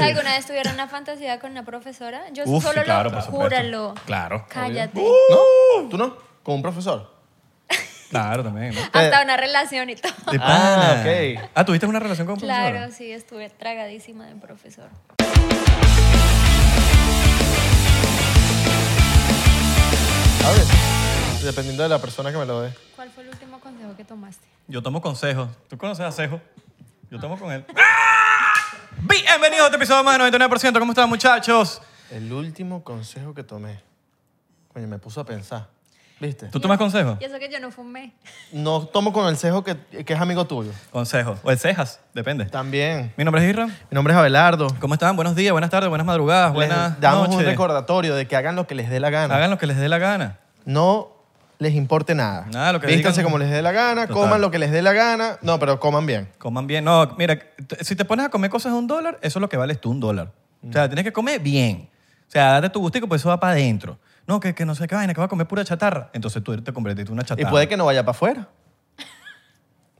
alguna vez tuvieron una fantasía con una profesora? Yo Uf, solo claro, lo por supuesto. júralo. Claro. Uh, Cállate. ¿No? ¿Tú no? ¿Con un profesor? Claro, también. ¿no? Eh. Hasta una relación y todo. De Ah, pana. ok. Ah, ¿tuviste una relación con un Claro, profesor? sí, estuve tragadísima de profesor. A ver, dependiendo de la persona que me lo dé. ¿Cuál fue el último consejo que tomaste? Yo tomo consejos. ¿Tú conoces a Cejo? Yo tomo con él. ¡Ah! Bienvenidos a este episodio más de 99%. ¿Cómo están, muchachos? El último consejo que tomé. Coño, me puso a pensar. ¿Viste? ¿Tú tomas consejos? Y eso que yo no fumé. No tomo con el cejo que, que es amigo tuyo. Consejos. O el cejas, depende. También. Mi nombre es Irra. Mi nombre es Abelardo. ¿Cómo están? Buenos días, buenas tardes, buenas madrugadas, Les buenas damos un noches. recordatorio de que hagan lo que les dé la gana. Hagan lo que les dé la gana. No les importe nada. Nada, lo que Vístanse digan- como les dé la gana, Total. coman lo que les dé la gana. No, pero coman bien. Coman bien. No, mira, t- si te pones a comer cosas de un dólar, eso es lo que vales tú un dólar. O Mm. sea, tienes que comer bien. O sea, date tu gustico, pues eso va para adentro. No, que, que no sé qué vaina, que va a comer pura chatarra. Entonces tú te convertiste en una Y chatarra. puede que no vaya para afuera.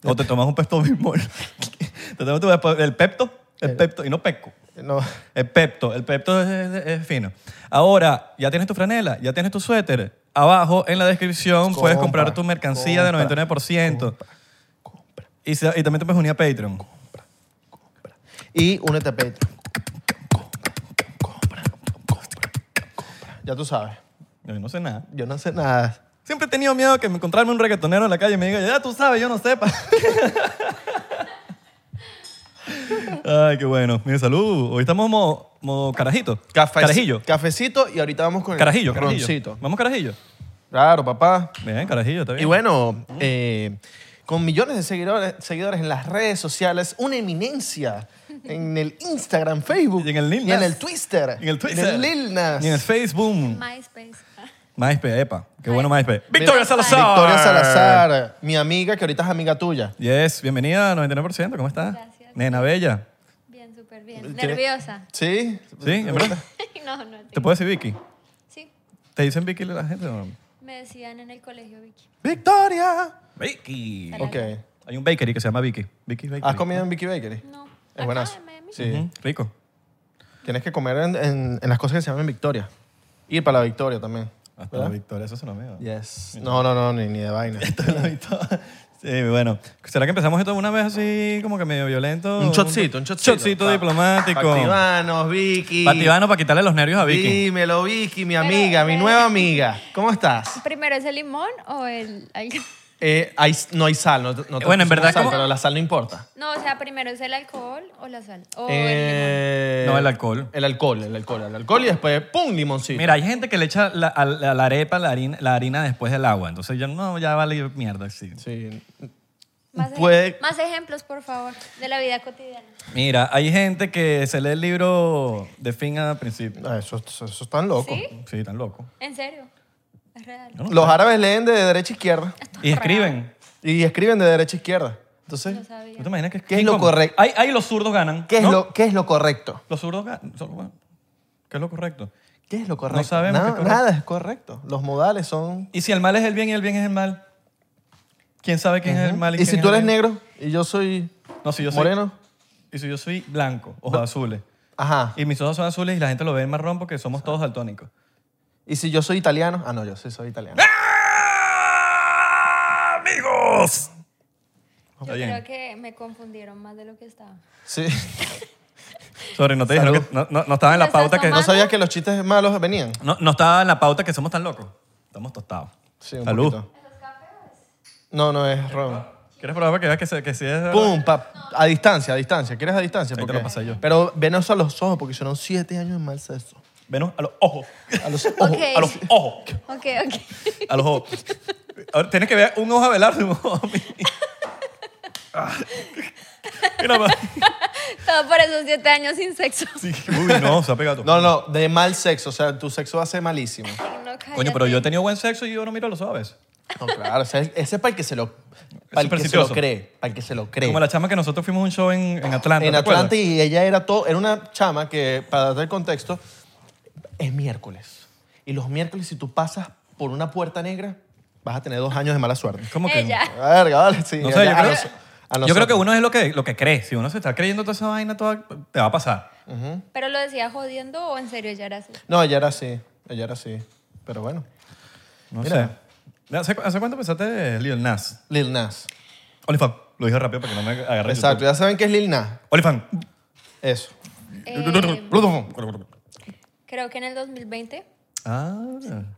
O te tomas un pepto bismol. te tomas tu- el pepto, el pepto, y no peco. No. El pepto, el pepto es, es- es fino. Ahora, ya tienes tu franela, ya tienes tu suéter. Abajo en la descripción puedes comprar Compra, tu mercancía de compra, 99%. Y, se- y también te puedes unir a Patreon. Y únete a Patreon. Compra, compra, compra. Ya tú sabes. Yo no sé nada. Yo no sé nada. Siempre he tenido miedo que me- encontrarme un reggaetonero en la calle y me diga, ya tú sabes, yo no sepa. Ay, qué bueno. Mi salud. Hoy estamos modo, modo carajito. Carajillo. Cafecito y ahorita vamos con el Carajillo, carajillo. roncito. Vamos carajillo. Claro, papá. Bien, carajillo, está bien. Y bueno, eh, con millones de seguidores, seguidores en las redes sociales, una eminencia en el Instagram, Facebook. Y en el Lil Y en Nas. el Twister. Y en el Twitter. En el Lil Nas. Y en el Mm. Facebook. MySpace. Ah, MySpace, epa. Qué bueno MySpace. Victoria Salazar. Victoria Salazar, mi amiga que ahorita es amiga tuya. Yes, bienvenida a 99%. ¿Cómo estás? Gracias. Nena Bella. Bien, súper bien. ¿Qué? Nerviosa. ¿Sí? Sí, en verdad. no, no. ¿Te puedo decir Vicky? Sí, ¿Te dicen Vicky la gente? o no? me decían en el colegio, Vicky. Victoria. Vicky. Ok. Hay un bakery que se llama Vicky. Vicky Bakery. ¿Has comido en Vicky Bakery? No. Es buenazo. Sí. Ujú, Rico. Tienes que comer en, en- en las cosas que se llaman Victoria. Ir para la Victoria también. Hasta la ¿verdad? victoria, eso suena medio. Yes. No, no, no, ni, ni de vaina. Hasta la victoria. Sí, bueno. ¿Será que empezamos esto de una vez así, como que medio violento? Un shotcito, un shotcito. Shotcito Pa- diplomático. Pativanos, Vicky. Pativano para quitarle los nervios a Vicky. Dímelo, Vicky, mi amiga, mi nueva amiga. ¿Cómo estás? ¿Primero es el limón o el alcohol? Eh, hay- no hay sal. No, no te Bueno, puse en verdad, sal, ¿cómo? pero la sal no importa. No, o sea, primero es el alcohol o la sal. O el limón. Eh, No, el alcohol. El alcohol, el alcohol, el alcohol y después, ¡pum! Limoncito. Mira, hay gente que le echa la, a la- a la arepa, la harina, la harina después del agua. Entonces yo, no, ya vale mierda. Sí. Sí. Más, ej- puede- más ejemplos, por favor, de la vida cotidiana. Mira, hay gente que se lee el libro de fin a principio. Ah, Eso, eso, eso es tan loco. ¿Sí? Sí, tan loco. ¿En serio? Es real. No, no. Los árabes leen de derecha a izquierda Y escriben. y escriben de derecha a izquierda. No Entonces, sabía. ¿Tú te imaginas que ¿Qué es lo incómodo? correcto? Ahí, ahí los zurdos ganan. ¿qué es, ¿no? lo, ¿qué es lo correcto? Los zurdos ganan. Son- bueno, ¿Qué es lo correcto? ¿Qué es lo correcto? sabemos nada, qué es correcto. nada es correcto. Los modales son... Y si el mal es el bien y el bien es el mal. ¿Quién sabe quién es el mal y, Y quién si es tú el eres bien? negro y yo soy No, si yo soy moreno, Y si yo soy blanco, ojos azules. ajá. Y mis ojos son azules y la gente lo ve en marrón porque somos todos daltónicos. Y si yo soy italiano, ah, no, yo sí soy italiano. Amigos. Yo Está bien. creo que me confundieron más de lo que estaba. Sí. Sorry, no te dije Salud. que no, no- no estaba en la ¿Estás pauta que ¿No tomando? sabías que los chistes malos venían? no, no estaba en la pauta que somos tan locos. Estamos tostados. Sí, un Salud. poquito. No, no es ron. ¿Quieres probar para que veas que, se- que sí es Pum, pa- a distancia, a distancia. ¿Quieres a distancia? Ahí te lo pasé yo. Pero venos a los ojos porque hicieron siete años en mal sexo. Venos a los ojos. A los ojos. Ok. A los ojos. Ok, ok. A los ojos. Ahora tienes que ver un ojo a velar de un ojo a mí. Ah. Mira, pa- Todo por esos siete años sin sexo. Sí. Uy, no, se ha pegado. No, no, de mal sexo. O sea, tu sexo va a ser malísimo. No, Coño, cállate. pero yo he tenido buen sexo y yo no miro a los ojos a veces. No, claro. o sea, ese es para el que se lo, para el que se lo supersticioso. cree. Para el que se lo cree. Como la chama que nosotros fuimos a un show en, en Atlanta. en ¿te acuerdas? Atlanta y ella era todo, era una chama que, para darte el contexto, es miércoles. Y los miércoles, si tú pasas por una puerta negra, vas a tener dos años de mala suerte. ¿Cómo que? Ella. Verga, vale, sí. No sé, allá yo a creo- los- a Yo creo nosotros. que uno es lo que, lo que cree. Si uno se está creyendo toda esa vaina, toda, te va a pasar. ¿Pero lo decía jodiendo o en serio ya era así? No, ella era así. Ella era así. Pero bueno. No Mira. sé. ¿Hace, hace cuánto pensaste de Lil Nas? Lil Nas. Olifan. Lo dije rápido para que no me agarre. Exacto. Ya saben qué es Lil Nas. Olifan. Eso. Eh, Bluetooth. creo que en el 2020, Ah,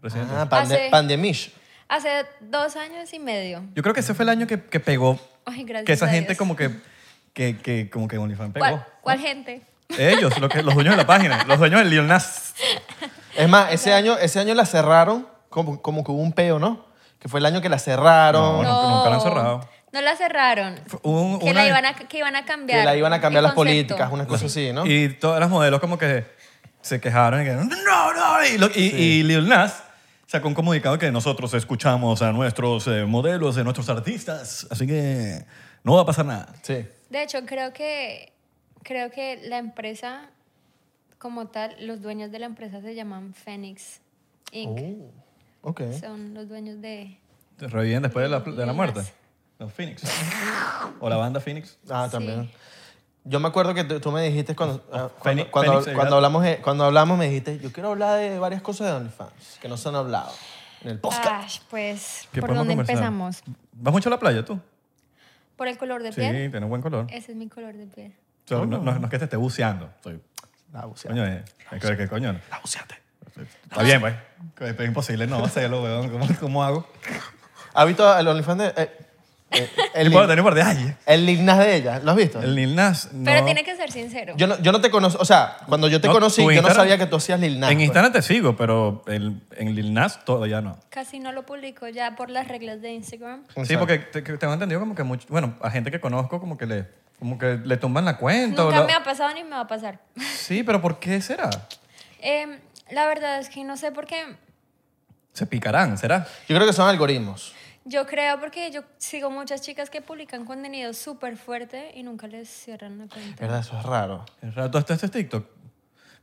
reciente. Ah, pande- Hace- pandemish. hace dos años y medio. Yo creo que ese fue el año que, que pegó. Ay, gracias Que esa a gente Dios. como que, que, que como que OnlyFans pegó. ¿Cuál, cuál gente? Ellos, lo que- los dueños de la página, los dueños del Lil Nas. Es más, ese año, ese año la cerraron como, como que hubo un peo, ¿no? Que fue el año que la No, cerraron. nunca- nunca la han cerrado. No la cerraron. Fue un- que, una la de- iban a, que iban a cambiar. Que la iban a cambiar el las concepto. políticas, unas cosas así, ¿no? Y todas las modelos como que se quejaron y que no, no. Y, lo- y- y Lil Nas sacó un comunicado que nosotros escuchamos a nuestros eh, modelos, a nuestros artistas, así que no va a pasar nada. Sí. De hecho, creo que, creo que la empresa como tal, los dueños de la empresa se llaman Phoenix Inc. Oh, Ok. Son los dueños de... Te reviven después de la, de la muerte. Los Phoenix. O la banda Phoenix. Ah, también. Yo me acuerdo que tú tú me dijiste cuando, ah, cuando, Fénix- cuando- Fénix, el cuando gato. hablamos, eh, cuando hablamos me dijiste, yo quiero hablar de varias cosas de OnlyFans que no se han hablado en el podcast. Ay, pues, ¿Qué ¿por podemos dónde conversar? empezamos? ¿Vas mucho a la playa tú? ¿Por el color de Sí, piel? tiene buen color. Ese es mi color de piel. O sea, no, no- no es que te esté buceando. Estoy, La buceaste. coño, eh, ¿qué, qué coño? La buceaste. Está bien, güey. Es imposible no hacerlo, weón. ¿Cómo, cómo hago? ¿Has visto el OnlyFans de... eh, eh, El el, puedo Lil- tener por Ay, el Lil Nas de ella? ¿Lo has visto? El Lil Nas. No. Pero tiene que ser sincero. Yo no, yo no te conozco, o sea, cuando yo te No, conocí, tu yo no Instagram- sabía que tú hacías Lil Nas. En pues. Instagram te sigo, pero el- en Lil Nas todavía no. Casi no lo publico ya por las reglas de Instagram. Sí, Exacto. porque te- que tengo entendido como que mucho, bueno, a gente que conozco como que le, como que le toman la cuenta. o Nunca lo- me ha pasado ni me va a pasar. Sí, pero ¿por qué será? Em, la verdad es que no sé por qué. Se picarán, ¿será? Yo creo que son algoritmos. Yo creo porque yo sigo muchas chicas que publican contenido súper fuerte y nunca les cierran la cuenta. ¿Verdad? Eso es raro. Es raro. ¿Tú has- tú haces TikTok?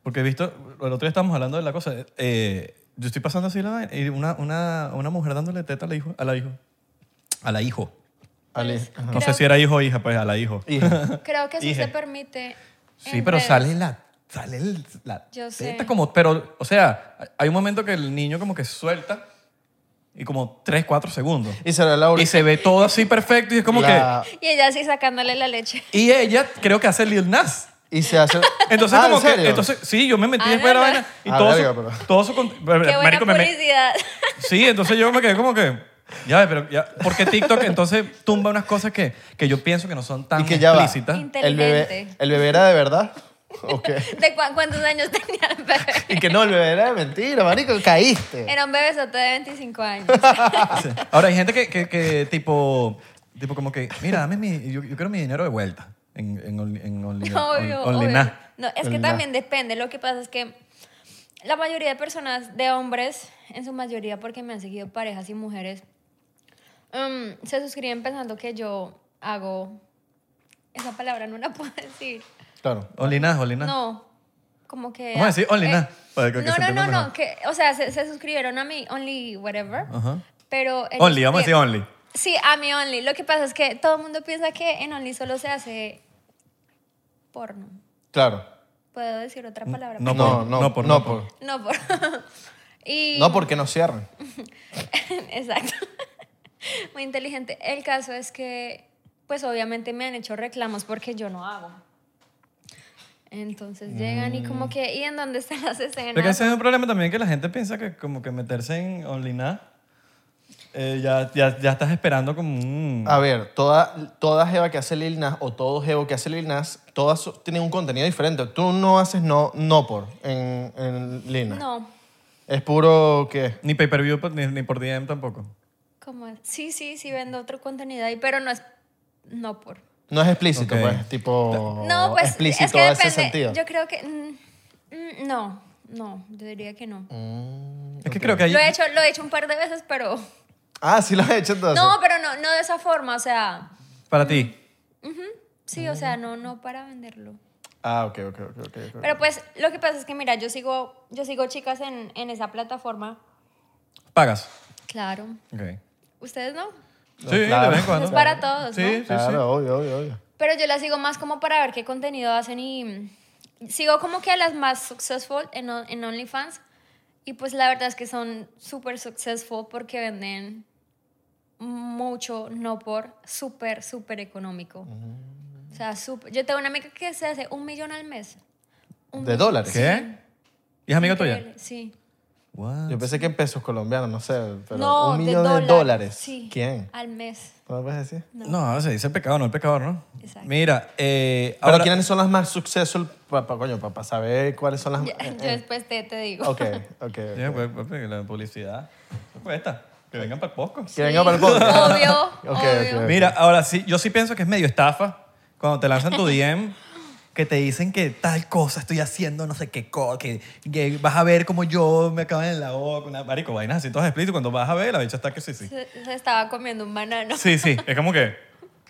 Porque he visto, el otro día estábamos hablando de la cosa. eh, yo estoy pasando así la vaina y una, una, una mujer dándole teta a la hijo. A la hijo. A la hijo. Ale. No Creo- sé si era hijo o hija, pues a la hijo. Hija. Creo que sí Dije. se permite. Sí, en pero redes. sale la sale el- la Yo teta sé. como pero o sea, hay un momento que el niño como que suelta y como 3, 4 segundos Y se ve la y se ve todo así perfecto y es como la- Y ella así sacándole la leche. que y ella creo que hace Lil Nas. Y se hace... Entonces Ah, ¿en como serio? que entonces sí, yo me metí Ah, después de la verga. vaina y Ah, todo verga, su, pero- todo su con- Qué buena marico, me- me- publicidad. Sí, entonces yo me quedé como que ya, pero ya, porque TikTok entonces tumba unas cosas que, que yo pienso que no son tan Y que ya va. explícitas. El bebé, Inteligente. ¿El bebé era de verdad? ¿O qué? ¿De cu- cuántos años tenía el bebé? Y que no, el bebé era de mentira, marico, caíste. Era un bebesote de 25 años. Sí. Ahora hay gente que, que, que tipo, tipo como que, mira, dame mi, yo, yo quiero mi dinero de vuelta en, en, Only- en Only- Obvio, on- obvio. OnlyNas. No, es que Only na. también depende. Lo que pasa es que la mayoría de personas, de hombres, en su mayoría, porque me han seguido parejas y mujeres, em, se suscriben pensando que yo hago. Esa palabra no la puedo decir. Claro. OnlyNas, OnlyNas. No. Como que. eh, Vamos a decir only na, para que- que no, se no, entienda no, no. mejor. Que, o sea, se, se suscribieron a mi Only Whatever. Ajá. Pero. ellos Only, vamos a decir pi- Only. Sí, a mi Only. Lo que pasa es que todo el mundo piensa que en Only solo se hace porno. Claro. ¿Puedo decir otra palabra? No, No, por- no, no por- no no por- por- No, por... y... No porque no cierran. Exacto. Muy inteligente. El caso es que, pues obviamente me han hecho reclamos porque yo no hago. Entonces llegan y como que, ¿y en dónde están las escenas? Mm. Pero que ese es un problema también que la gente piensa que como que meterse en OnlyNas eh, ya, ya, ya estás esperando como un... A ver, toda, toda jeva que hace Lil Nas o todo jevo que hace Lil Nas, todas su- tienen un contenido diferente. Tú no haces no, no por en, en Lil Nas. No, Es puro que... Ni pay-per-view por- ni, ni por DM tampoco. como es? Sí, sí, sí vendo otro contenido ahí, pero no es... No por... No es explícito, Ok. pues, tipo... No, pues explícito es que depende. ese sentido. Yo creo que... mm, mm, no, no, yo diría que no. Mm. Es que creo que hay... Lo he hecho, lo he hecho un par de veces, pero... Ah, sí lo has hecho entonces. No, pero no, no de esa forma, o sea... Para ti. Sí, o Mm. sea, no, no para venderlo. Ah, ok, ok, ok. ok, ok. Pero pues lo que pasa es que, mira, yo sigo, yo sigo chicas en, en esa plataforma. Pagas. Claro. Ok. ¿Ustedes no? Sí, Claro. de vez en cuando. Es para todos, Sí, ¿no? sí, sí. Claro, obvio, obvio, obvio. Pero yo la sigo más como para ver qué contenido hacen y mm, sigo como que a las más successful en, on- en OnlyFans. Y pues la verdad es que son súper successful porque venden mucho, no por, súper, súper económico. O sea, súper- yo tengo una amiga que se hace un millón al mes. Un ¿De millón. dólares? ¿Qué? ¿Y es amiga tuya? Increíble, Sí. What? Yo pensé que en pesos colombianos, no sé, pero no, un millón de dólares. Sí. ¿Quién? Al mes. ¿No me puedes decir? No, ahora se dice el pecado, no el pecador, ¿no? Exacto. Mira, eh, Pero ahora... ¿quiénes son las más successful? Para coño, para saber cuáles son las... Ya, eh, Yo eh. después te, te digo. Ok, ok, ok. Sí, pues, pues, porque la publicidad eso cuesta. Que vengan para el posco. Que venga para el podcast. Obvio, Ok, obvio. ok, ok. Mira, ahora sí, yo sí pienso que es medio estafa cuando te lanzan tu DM que te dicen que tal cosa estoy haciendo, no sé qué cosa, que, que vas a ver como yo me acabo en la boca, una marico, vainas así todas explícitas. Cuando vas a ver, la bicha está que sí, sí. Se, se estaba comiendo un banano. Sí, sí, es como que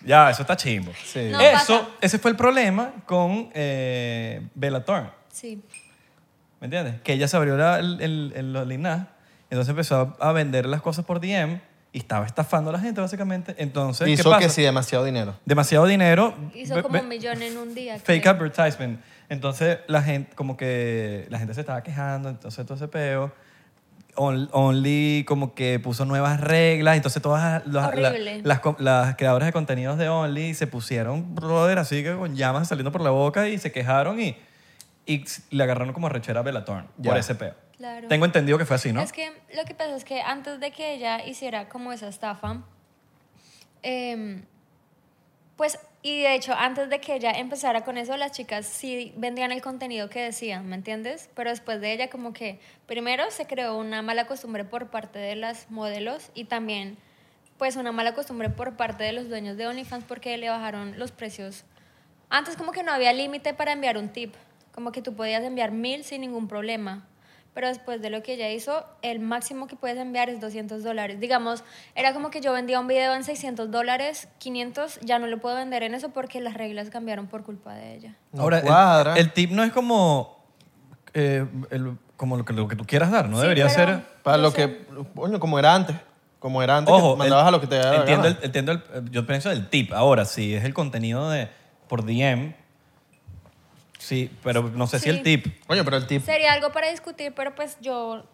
ya, eso está chimbo. Sí. No. eso, pasa. ese fue el problema con eh, Bella Thorne, Sí. ¿me entiendes? Que ella se abrió la, el, el, el- la linaje, entonces empezó a, a vender las cosas por DM y estaba estafando a la gente, básicamente. Entonces, ¿qué Hizo pasa? que sí, demasiado dinero. demasiado dinero. Hizo ve- como un ve- millón en un día. Fake creo. advertisement. Entonces, la gente, como que la gente se estaba quejando, entonces todo ese peo. On- Only como que puso nuevas reglas, entonces todas las, la- Horrible. las, co- las creadoras de contenidos de Only se pusieron, brother, así que con llamas saliendo por la boca y se quejaron y, y s- le agarraron como rechera a Bellatorn Ya. por ese peo. Claro. Tengo entendido que fue así, ¿no? Es que lo que pasa es que antes de que ella hiciera como esa estafa, em, pues, y de hecho, antes de que ella empezara con eso, las chicas sí vendían el contenido que decían, ¿me entiendes? Pero después de ella, como que primero se creó una mala costumbre por parte de las modelos y también, pues, una mala costumbre por parte de los dueños de OnlyFans porque le bajaron los precios. Antes como que no había límite para enviar un tip, como que tú podías enviar mil sin ningún problema. Pero después de lo que ella hizo, el máximo que puedes enviar es 200 dólares. Digamos, era como que yo vendía un video en 600 dólares, 500 ya no lo puedo vender en eso porque las reglas cambiaron por culpa de ella. No Ahora, el- cuadra. el, tip no es como, eh, el- como lo, que, lo que tú quieras dar, ¿no? Sí, Debería pero- ser... Para Yo lo sé. que... Coño, como era antes. Como era antes, Ojo, que mandabas el- a lo que te daba la entiendo, gana. el, entiendo el- yo pienso del tip. Ahora, si es el contenido de por DM, sí, pero no sé si Sí. el tip. Coño, pero el tip... Sería algo para discutir, pero pues yo,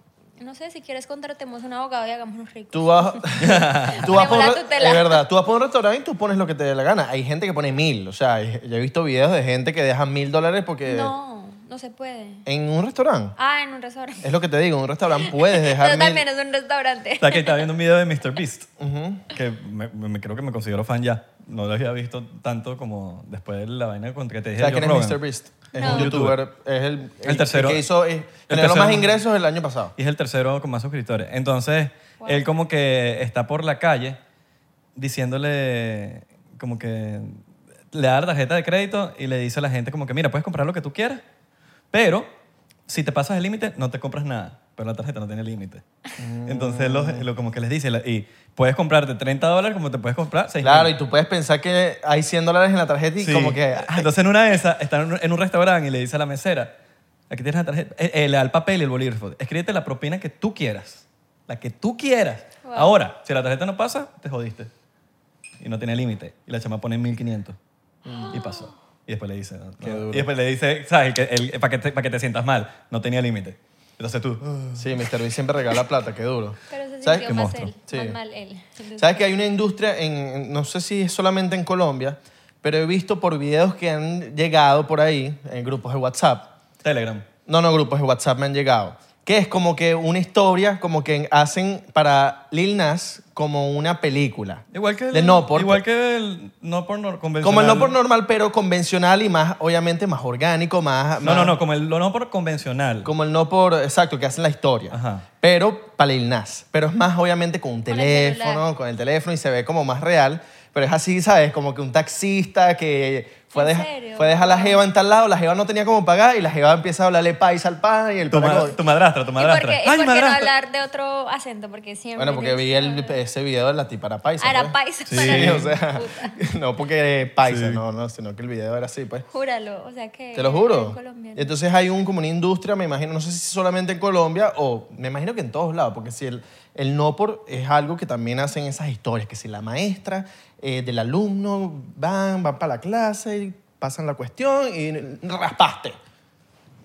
no sé, si quieres contratemos un abogado y hagámonos ricos. Tú vas, tú Ponemos vas por, la un- tutela. es verdad, tú vas por un restaurante y tú pones lo que te dé la gana. Hay gente que pone mil, o sea, hay- yo he visto videos de gente que deja mil dólares porque No, no se puede. en un restaurante, Ah, en un restaurante. es lo que te digo, en un restaurante puedes dejar Eso mil. también es un restaurante. La que estaba viendo un video de Mr. Beast, que me, me- me- creo que me considero fan ya. No lo había visto tanto como después de la vaina con que te dije. ¿Sabes de quién Joe es Rogan. MrBeast? Es No. un youtuber, es el, El tercero. que hizo, El eh, generó tercero. más ingresos el año pasado. Y es el tercero con más suscriptores. Entonces, él como que está por la calle diciéndole como que le da la tarjeta de crédito y le dice a la gente como que, mira, puedes comprar lo que tú quieras, pero si te pasas el límite, no te compras nada. Pero la tarjeta no tiene límite. Entonces, lo, lo como que les dice, la- y puedes comprarte 30 dólares como te puedes comprar 6 Claro, y tú puedes pensar que hay 100 dólares en la tarjeta y Sí. Eh, como que... ah, ay, Entonces en una de esas, está en un- en un restaurante y le dice a la mesera, aquí tienes la tarjeta, Eh, eh, le da el papel y el bolígrafo, escríbete la propina que tú quieras, la que tú quieras. Wow. Ahora, si la tarjeta no pasa, te jodiste. Y no tiene límite. Y la chama pone 1500. Y pasó. Y después le dice, no, Qué no. duro. y después le dice, ¿sabes? Que el- para que, te- para que te sientas mal, no tenía límite. Entonces tú, "Ah". Sí, MrBeast siempre regala plata, qué duro. Pero se ¿Sabes sintió qué más monstruo? él, Sí. más mal él. ¿Sabes que hay una industria, en, en- no sé si es solamente en Colombia, pero he visto por videos que han llegado por ahí, en grupos de WhatsApp. Telegram. No, no, grupos de WhatsApp me han llegado. Que es como que una historia, como que hacen para Lil Nas como una película. Igual que el, De no por. Igual que el no por nor- convencional. como el no por normal, pero convencional y más, obviamente, más orgánico, más. No, más- no, no, como el no por convencional. Como el no por. Exacto, que hacen la historia. Ajá. Pero para Lil Nas. Pero es más, obviamente, con un Con el teléfono, celular. con el teléfono y se ve como más real. Pero es así, ¿sabes? Como que un taxista que fue a, ¿En deja- serio? fue a dejar a la jeva en tal lado, la jeva no tenía cómo pagar y la jeva empieza a hablarle paisa al pan y el Tu, pana ma- como- tu madrastra, tu ¿Y por madrastra. qué, y ¡Ay, por mi qué no madrastra! hablar de otro acento? Porque siempre... Bueno, porque vi el- ese video de la tipa era paisa. Ah, era pues. paisa, Sí, para- o sea, puta. no porque paisa, Sí. no, no, sino que el video era así, pues. Júralo, o sea que... Te lo es juro. colombiano. Entonces hay un, como una industria, me imagino, no sé si solamente en Colombia o me imagino que en todos lados, porque si el, el no por es algo que también hacen esas historias, que si la maestra eh, del alumno van, van para la clase y pasan la cuestión y raspaste.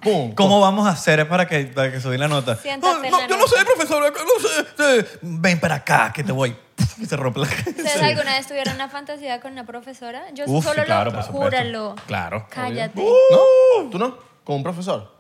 ¡Pum! ¿Cómo vamos a hacer para que, para que subí la nota? Siéntate "Ay, en no, la yo no nota". sé, profesor, yo no sé, sé. Ven para acá, que te voy. Y se rompe la ¿Ustedes alguna vez tuvieron una fantasía con una profesora? Yo Uf, solo claro, lo... por supuesto. Júralo. Claro. Cállate. Uh. ¿No? ¿Tú no? ¿Con un profesor?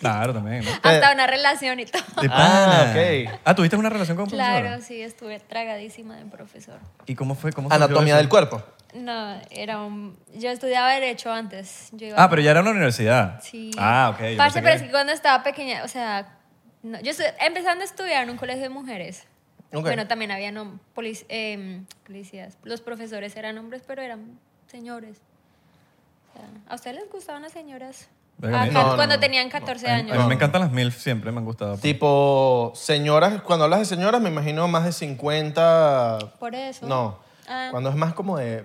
Claro, también. ¿no? Hasta una relación y todo. De Ah, pana. ok. Ah, ¿tuviste una relación con un Claro, profesor? sí, estuve tragadísima de profesor. ¿Y cómo fue? ¿Cómo surgió Anatomía eso? del cuerpo. No, era un... Yo estudiaba Derecho antes. Yo iba Ah, pero ya era una universidad. Sí. Ah, ok. yo Parce, pensé pero que- es que cuando estaba pequeña, o sea, no, yo estoy empezando a estudiar en un colegio de mujeres. Ok. Bueno, también había nom- polic- em, policías. Los profesores eran hombres, pero eran señores. O sea, ¿A ustedes les gustaban las señoras? Venga, Ah, mira. ca- No, no, cuando no. tenían 14 A mí- años. A mí No. me encantan las MILF, siempre me han gustado. Tipo, señoras, cuando hablas de señoras, me imagino más de 50. Por eso. No. Ah. Cuando es más como de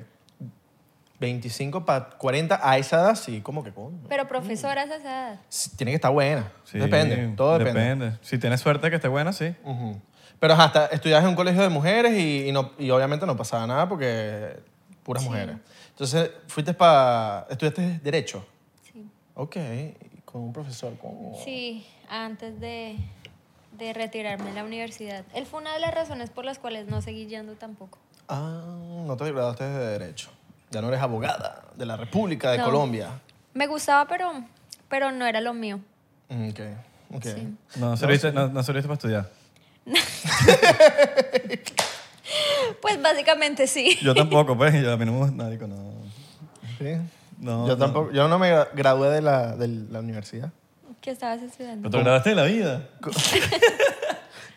25 para 40, a esa edad sí, como que coño. Pero profesoras a esa edad. Sí, Tiene que estar buena. Sí, depende, todo depende. Si tienes suerte que esté buena, sí. Ujú. Pero ajá, hasta estudiabas en un colegio de mujeres y, y no, y obviamente no pasaba nada porque puras mujeres. Entonces, fuiste para. Estudiaste Derecho. Sí. Ok, con un profesor. Como... Sí, antes de, de retirarme de la universidad. Él fue una de las razones por las cuales no seguí yendo tampoco. Ah, no te graduaste de Derecho. Ya no eres abogada de la República de No. Colombia. Me gustaba, pero, pero no era lo mío. Mm, Ok, ok. No, no serviste, no, no serviste para estudiar. Pues básicamente sí. Yo tampoco, pues. Yo, a mí no me gusta nadie con nada. Sí. No, yo no. tampoco, yo no me gra- gradué de la, de la universidad. ¿Qué estabas estudiando? Pero te grabaste de la vida.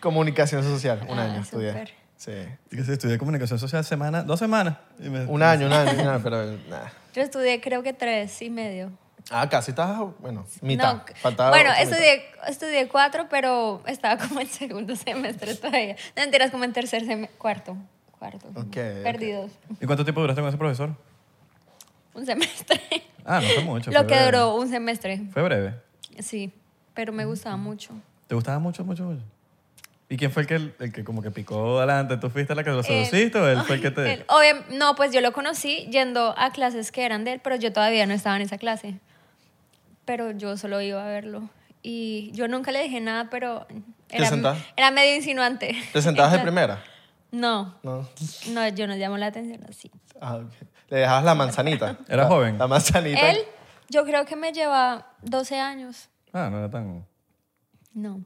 Comunicación social, un Ah, año estudié. súper. Sí. Y que sí, estudié comunicación social semana, dos semanas. y me- Un año, un año, un año, pero nada. Yo estudié creo que tres y medio. Ah, casi estabas, bueno, mitad. No, Faltaba bueno, otra mitad. estudié, estudié cuatro, pero estaba como en segundo semestre todavía. No mentiras, como en tercer semestre. Cuarto. Cuarto. ok. Perdidos. ¿Y cuánto tiempo duraste con ese profesor? Un semestre. Ah, no fue mucho. Lo fue que breve. duró un semestre. Fue breve. Sí, pero me gustaba mucho. ¿Te gustaba mucho, mucho, mucho? ¿Y quién fue el que, el que como que picó adelante? ¿Tú fuiste la que lo Eh, seduciste o él fue el que te...? Él, obvia- no, pues yo lo conocí yendo a clases que eran de él, pero yo todavía no estaba en esa clase. Pero yo solo iba a verlo. Y yo nunca le dije nada, pero era, sentabas? era medio insinuante. ¿Te sentabas de primera? No, No. no, yo no llamó la atención así. Ah, ok. Le dejabas la manzanita. ¿Era La- joven? La manzanita. Él, yo creo que me lleva 12 años. Ah, no era tan... No.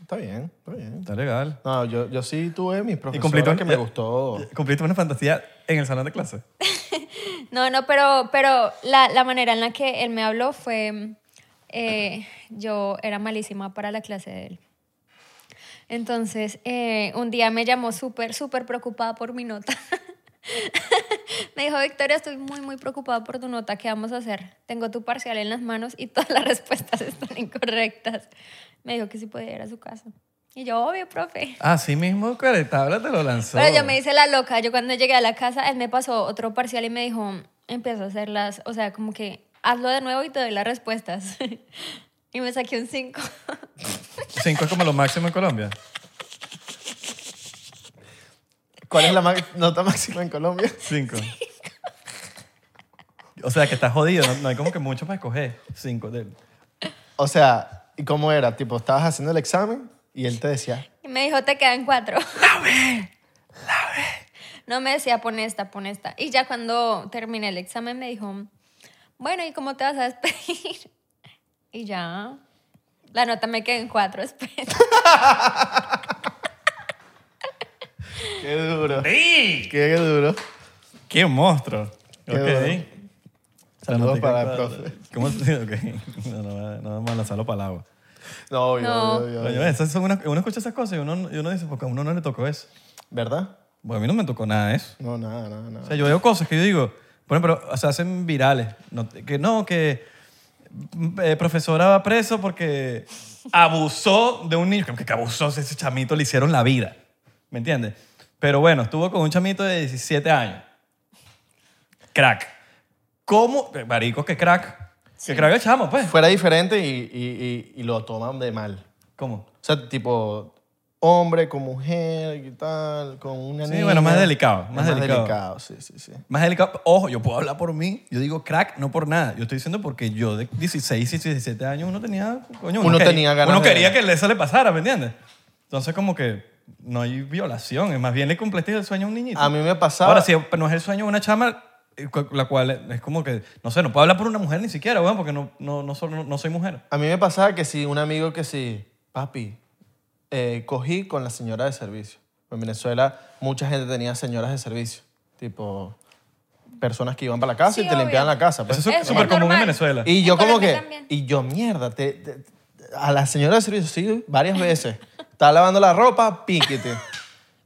Está bien, está bien. Está legal. No, yo, yo sí tuve mis Y profesores que me ya- gustó. Cumpliste una fantasía en el salón de clase. No, no, pero, pero la, la manera en la que él me habló fue, eh, yo era malísima para la clase de él. Entonces, eh, un día me llamó súper, súper preocupada por mi nota. me dijo, Victoria, estoy muy, muy preocupada por tu nota, ¿qué vamos a hacer? Tengo tu parcial en las manos y todas las respuestas están incorrectas. Me dijo que si podía ir a su casa. Y yo, obvio, profe. Así mismo, Cuaretabla te lo lanzó. Pero yo me hice la loca. Yo cuando llegué a la casa, él me pasó otro parcial y me dijo, empieza a hacerlas, o sea, como que hazlo de nuevo y te doy las respuestas. y me saqué un 5. Cinco es como lo máximo en Colombia. ¿Cuál es la ma- nota máxima en Colombia? Cinco. O sea, que estás jodido. No, no hay como que mucho para escoger. Cinco. de- O sea, ¿y cómo era? Tipo, estabas haciendo el examen y él te decía, y me dijo, te quedan cuatro. No me decía, pon esta, pon esta. Y ya cuando terminé el examen me dijo, bueno, ¿y cómo te vas a despedir? y ya, la nota me quedó en cuatro, espera. Qué duro. Qué duro. ¡Qué monstruo! Qué ok. bueno. Saludos La notica para el cuadra. profe. ¿Cómo se Ok. No, no, no vamos a lanzarlo para el agua. No, obvio, No. obvio, obvio, obvio. Coño, esas son unas- uno escucha esas cosas y uno, y uno dice, porque a uno no le tocó eso. ¿Verdad? Bueno, a mí no me tocó nada de eso. No, nada, nada, nada. O sea, yo veo cosas que yo digo, por ejemplo, se hacen virales. No, que no, que eh, profesora va preso porque abusó de un niño. Que, que abusó, ese chamito le hicieron la vida. ¿Me entiendes? Pero bueno, estuvo con un chamito de 17 años. Crack. ¿Cómo? Eh, Marico, que crack. Que crack el chamo, pues. Fuera diferente y, y- y- y lo toman de mal. ¿Cómo? O sea, tipo, hombre con mujer y tal, con una Sí, niña. bueno, más delicado, Es más delicado. sí, sí, sí. Más delicado. Ojo, yo puedo hablar por mí. Yo digo crack, no por nada. Yo estoy diciendo porque yo de 16, 17 años uno tenía. Coño, Uno quería- tenía ganas Uno de- quería que eso le pasara, ¿me entiendes? Entonces, como que no hay violación. Es más bien le cumpliste el sueño a un niñito. A mí me pasaba. Ahora, si no es el sueño de una chama, eh, cu- la cual es como que. No sé, no puedo hablar por una mujer ni siquiera, weón, porque no, no, no, so- no- no soy mujer. A mí me pasaba que si un amigo que si, papi, eh, cogí con la señora de servicio. En Venezuela mucha gente tenía señoras de servicio, tipo personas que iban para la casa Sí, y te obvio. limpiaban la casa. pues. Eso es Eso súper es común en normal. Venezuela. Y yo En como Colombia que, también. y yo mierda, te- te- a la señora de servicio sí varias veces. Estaba lavando la ropa, piquete.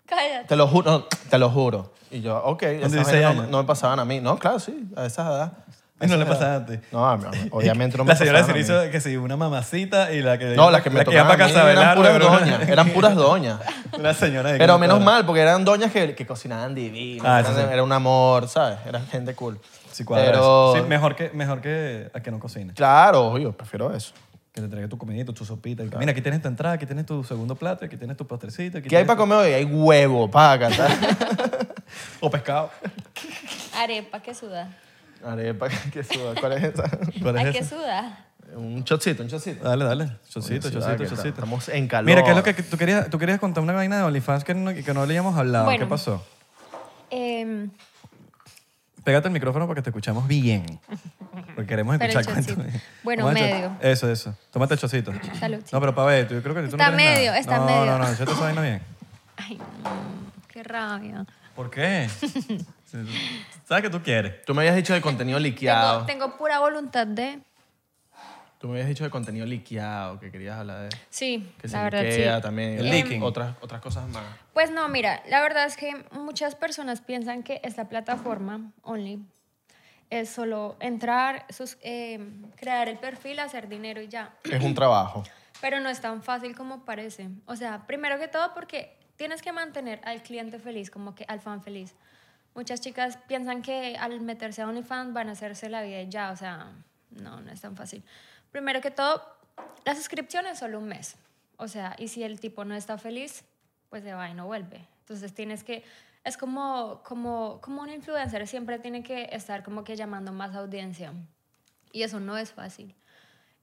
Cállate. Te lo juro, no, te lo juro. Y yo, ok, esas 16 vainas no, años. no me pasaban a mí. No, claro, sí, a esa edad. a Y no esa le edad. pasaba a ti. No, a mí- a mí- obviamente no me La señora de pasaban a mí. servicio, que sí, una mamacita y la que. No, las que me iba tocaban para a mí casa a eran velar, puras pero una- doñas. Eran puras doñas. Una señora de Pero Quito, menos ¿verdad? mal, porque eran doñas que, que cocinaban divino. Ah, eso eran- sí. Era un amor, ¿sabes? Era gente cool. Sí, cuadra Pero, eso. Sí, mejor que, mejor que a que no cocines. claro, yo prefiero eso. Que te traiga tu comidito, tu sopita. y que, Mira, aquí tienes tu entrada, aquí tienes tu segundo plato, aquí tienes tu postrecito. Aquí ¿Qué hay tienes para comer hoy? Hay huevo, paca, tal. tu- O pescado. Arepa que suda. Arepa, que suda. ¿Cuál es esa? ¿Cuál Ay, es que eso? suda. Un chocito, un chocito. Dale, dale. Chocito, Oye, sí, chocito, dale, que chocito. estamos en calor. Mira, ¿qué es lo que tú querías, tú querías contar una vaina de OnlyFans que no, que no le habíamos hablado? Bueno. ¿Qué pasó? Em, Pégate el micrófono para que te escuchamos bien. Porque queremos Pero el escuchar cuánto. chocito. Bueno, Vamos a echar- medio. Eso, eso. Tómate el chocito. Salud, No, pero para ver, tú- yo creo que tú Está no quieres medio, nada. está no, medio. No, no, no, yo te esa vaina bien. ay, no, qué rabia. ¿Por qué? ¿Sabes que tú quieres? Tú me habías dicho de contenido liqueado. Tengo, tengo pura voluntad de. Tú me habías dicho de contenido liqueado, que querías hablar de... Sí, Que se la verdad liquea sí. Em, también. El otras- leaking. Otras, otras cosas más. Pues no, mira, la verdad es que muchas personas piensan que esta plataforma, Only, es solo entrar, sus- eh, crear el perfil, hacer dinero y ya. Es un trabajo. Pero no es tan fácil como parece. O sea, primero que todo porque tienes que mantener al cliente feliz, como que al fan feliz. Muchas chicas piensan que al meterse a OnlyFans van a hacerse la vida y ya, o sea, no, no es tan fácil. Primero que todo, la suscripción es solo un mes. O sea, y si el tipo no está feliz, pues se va y no vuelve. Entonces tienes que, es como, como, como un influencer, siempre tiene que estar como que llamando más audiencia. Y eso no es fácil.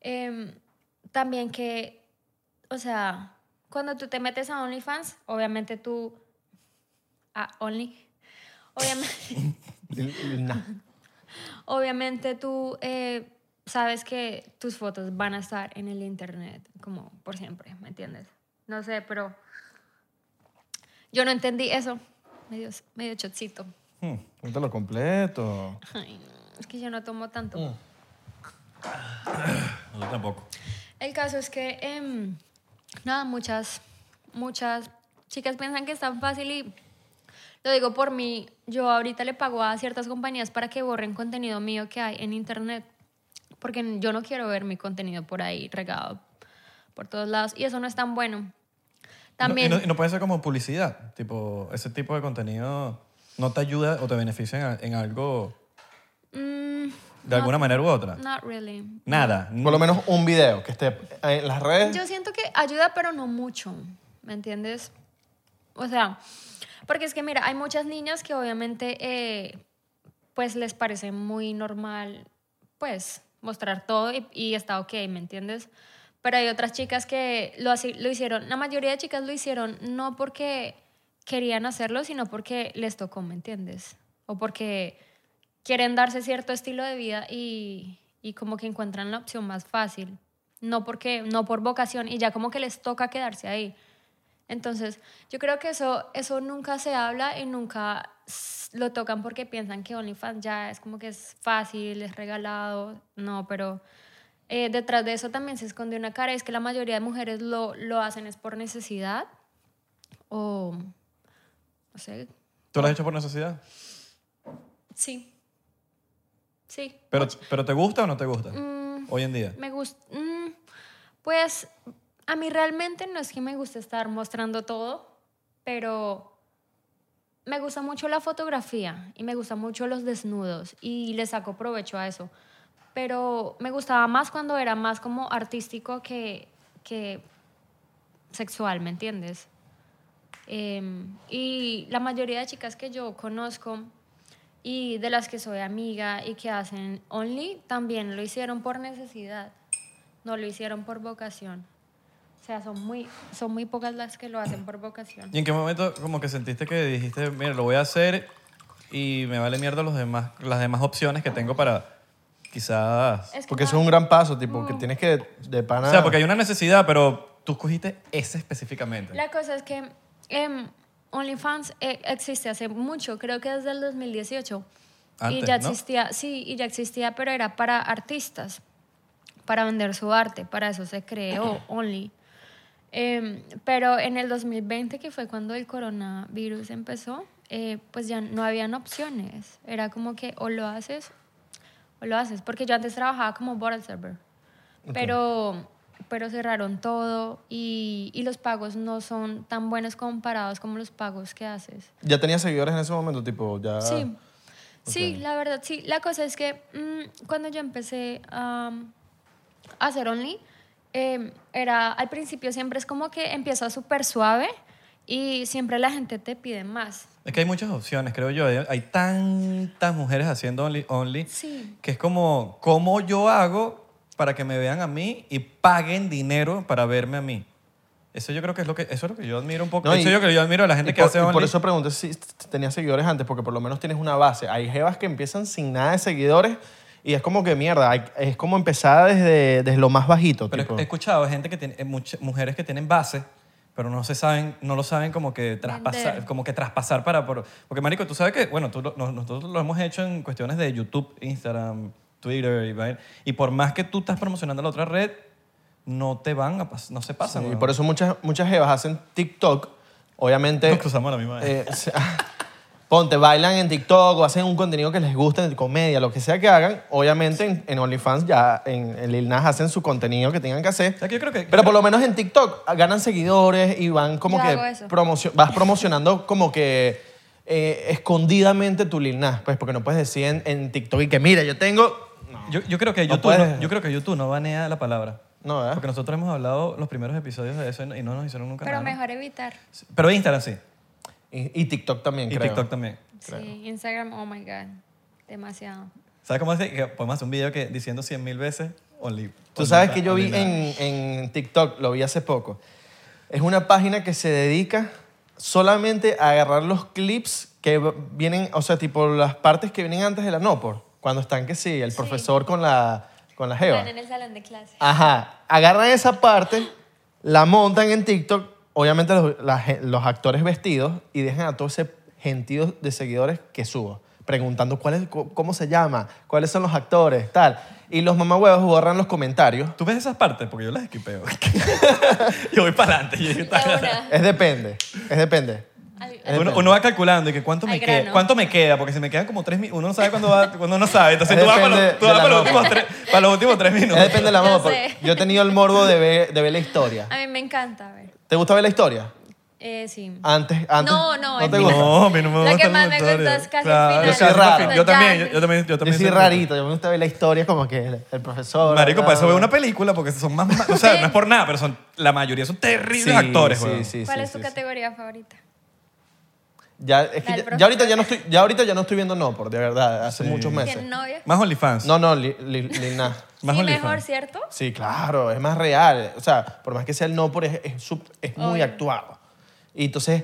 Em, también que, o sea, cuando tú te metes a OnlyFans, obviamente tú... A Only. Obviamente, Nah. obviamente tú eh, sabes que tus fotos van a estar en el internet, como por siempre, ¿me entiendes? No sé, pero yo no entendí eso. Medio, medio chocito. Hmm. Cuéntalo completo. Ay, no, es que yo no tomo tanto. No, yo tampoco. El caso es que, em, nada, muchas, muchas chicas piensan que es tan fácil y lo digo por mí. Yo ahorita le pago a ciertas compañías para que borren contenido mío que hay en internet, porque yo no quiero ver mi contenido por ahí regado por todos lados y eso no es tan bueno. También. No, y, no, y no puede ser como publicidad. Tipo, ese tipo de contenido no te ayuda o te beneficia en, a- en algo Mm, de alguna manera u otra. not really. Nada. Por lo menos un video que esté en las redes. Yo siento que ayuda, pero no mucho, ¿me entiendes? O sea, porque es que mira, hay muchas niñas que obviamente eh, pues les parece muy normal pues mostrar todo y, y está ok, ¿me entiendes? Pero hay otras chicas que lo, así- lo hicieron, la mayoría de chicas lo hicieron no porque querían hacerlo, sino porque les tocó, ¿me entiendes? O porque quieren darse cierto estilo de vida y, y como que encuentran la opción más fácil. No porque, no por vocación, y ya como que les toca quedarse ahí. Entonces, yo creo que eso, eso nunca se habla y nunca s- lo tocan porque piensan que OnlyFans ya es como que es fácil, es regalado. No, pero eh, detrás de eso también se esconde una cara. Es que la mayoría de mujeres lo, lo hacen es por necesidad o, no sé, ¿Tú lo has hecho por necesidad? Sí. Sí. ¿Pero, pero te gusta o no te gusta? Mm. Hoy en día. Me gusta. pues a mí realmente no es que me guste estar mostrando todo, pero me gusta mucho la fotografía y me gusta mucho los desnudos y le saco provecho a eso. Pero me gustaba más cuando era más como artístico que, que sexual, ¿me entiendes? Em, y la mayoría de chicas que yo conozco y de las que soy amiga y que hacen Only también lo hicieron por necesidad, no lo hicieron por vocación. O sea, son muy, son muy pocas las que lo hacen por vocación. ¿Y en qué momento como que sentiste que dijiste, mira, lo voy a hacer y me vale mierda los demás, las demás opciones que tengo para quizás... Es que Porque eso es no- un gran paso, tipo, que tienes que de pana... O sea, porque hay una necesidad, pero tú escogiste ese específicamente. La cosa es que em, OnlyFans eh, existe hace mucho, creo que desde el 2018. y Antes, ya ¿no? existía, sí, y ya existía, pero era para artistas, para vender su arte, para eso se creó Only. Em, pero en el 2020, que fue cuando el coronavirus empezó, eh, pues ya no habían opciones. Era como que o lo haces o lo haces, porque yo antes trabajaba como bottle server, pero, pero cerraron todo y, y los pagos no son tan buenos comparados como los pagos que haces. Ya tenía seguidores en ese momento, tipo, ya... Sí, sí, la verdad, sí. La cosa es que mm, cuando yo empecé am, a hacer Only, eh, era al principio siempre es como que empieza súper suave y siempre la gente te pide más. Es que hay muchas opciones, creo yo. Hay, hay tantas mujeres haciendo only, only Sí. que es como, ¿cómo yo hago para que me vean a mí y paguen dinero para verme a mí? Eso yo creo que es lo que, eso es lo que yo admiro un poco. No, y- eso es lo que yo admiro a la gente Y que por, hace y only. por eso pregunté si t- tenías seguidores antes, porque por lo menos tienes una base. Hay jevas que empiezan sin nada de seguidores y es como que mierda, hay- es como empezar desde, desde lo más bajito. Pero tipo. he escuchado gente que tiene, eh, much- mujeres que tienen base, pero no se saben, no lo saben como que traspasar, Vender. como que traspasar para, por- porque marico, tú sabes que, bueno, tú lo- no- nosotros lo hemos hecho en cuestiones de YouTube, Instagram, Twitter y vaina, y por más que tú estás promocionando la otra red, no te van a pas- no se pasan. y weón. por eso muchas, muchas jevas hacen TikTok, obviamente... Nos cruzamos la misma vez. eh, se- Ponte, bailan en TikTok o hacen un contenido que les guste, de comedia, lo que sea que hagan. Obviamente en, en OnlyFans ya, en, en Lil Nas hacen su contenido que tengan que hacer. O sea, que yo creo que Pero por lo menos en TikTok ah, ganan seguidores y van como Yo que hago eso. promocio- vas promocionando como que eh, escondidamente tu Lil Nas, pues porque no puedes decir en, en TikTok y que mira, yo tengo... yo, yo creo que No YouTube, no- puedes. Ah. yo creo que YouTube no banea la palabra. No, ¿verdad? Porque nosotros hemos hablado los primeros episodios de eso y no- y no nos hicieron nunca Pero nada. ¿no? mejor evitar. Pero Instagram sí. Y, y TikTok también, Y creo. TikTok también. Sí, Instagram, oh my God, demasiado. ¿Sabes cómo hace? Que podemos hacer un video que diciendo 100 mil veces only. Tú only sabes na- que yo only vi na- en, en TikTok, lo vi hace poco. Es una página que se dedica solamente a agarrar los clips que v- vienen, o sea, tipo las partes que vienen antes de la no por cuando están que sí, el profesor con la con la jeva. Van en el salón de clase. Ajá. Agarran esa parte, la montan en TikTok, obviamente los, la gen- los actores vestidos, y dejan a todo ese gentío de seguidores que subo, preguntando cuál es, cu- cómo se llama, cuáles son los actores, tal. Y los mamahuevos borran los comentarios. ¿Tú ves esas partes? Porque yo las esquipeo. yo voy para adelante. De una. Es depende, es depende. Ay, Uno, uno va calculando y que cuánto me Hay queda. grano. ¿Cuánto me queda? Porque si me quedan como tres minutos. Uno no sabe cuándo va, cuándo no sabe. Entonces Es tú vas para depende los, tú de vas la para los nota. últimos tres, para los últimos tres Es minutos. depende de la Ya moda. sé. porque Yo he tenido el morbo de ver, de ver la historia. A mí me encanta, a ver. ¿Te gusta ver la historia? Eh, sí. Antes, antes. No, no, el te final. gusta. No, a mí no me La gusta que más me historia. gusta es casi Claro, el yo final. soy Raro. raro. Yo también, yo, yo también, yo Yo también. soy soy rarito, yo me gusta ver la historia como que el, el profesor. Marico, para eso veo veo una película porque son más... ma- O sea, Sí. no es por nada, pero son, la mayoría son terribles actores, sí, weón. sí, ¿Cuál sí, es tu sí, sí. categoría favorita? Ya, es que La del profesor. ya, ya ahorita ya no estoy, ya ahorita ya no estoy viendo no, por de verdad, hace Sí. muchos meses. ¿Tienes novia? Más OnlyFans. No, no, li, li- li- nah. Más sí, OnlyFans. mejor, ¿cierto? Sí, claro, es más real. O sea, por más que sea el no, por es, es, sup- es muy Obvio. actuado. Y entonces,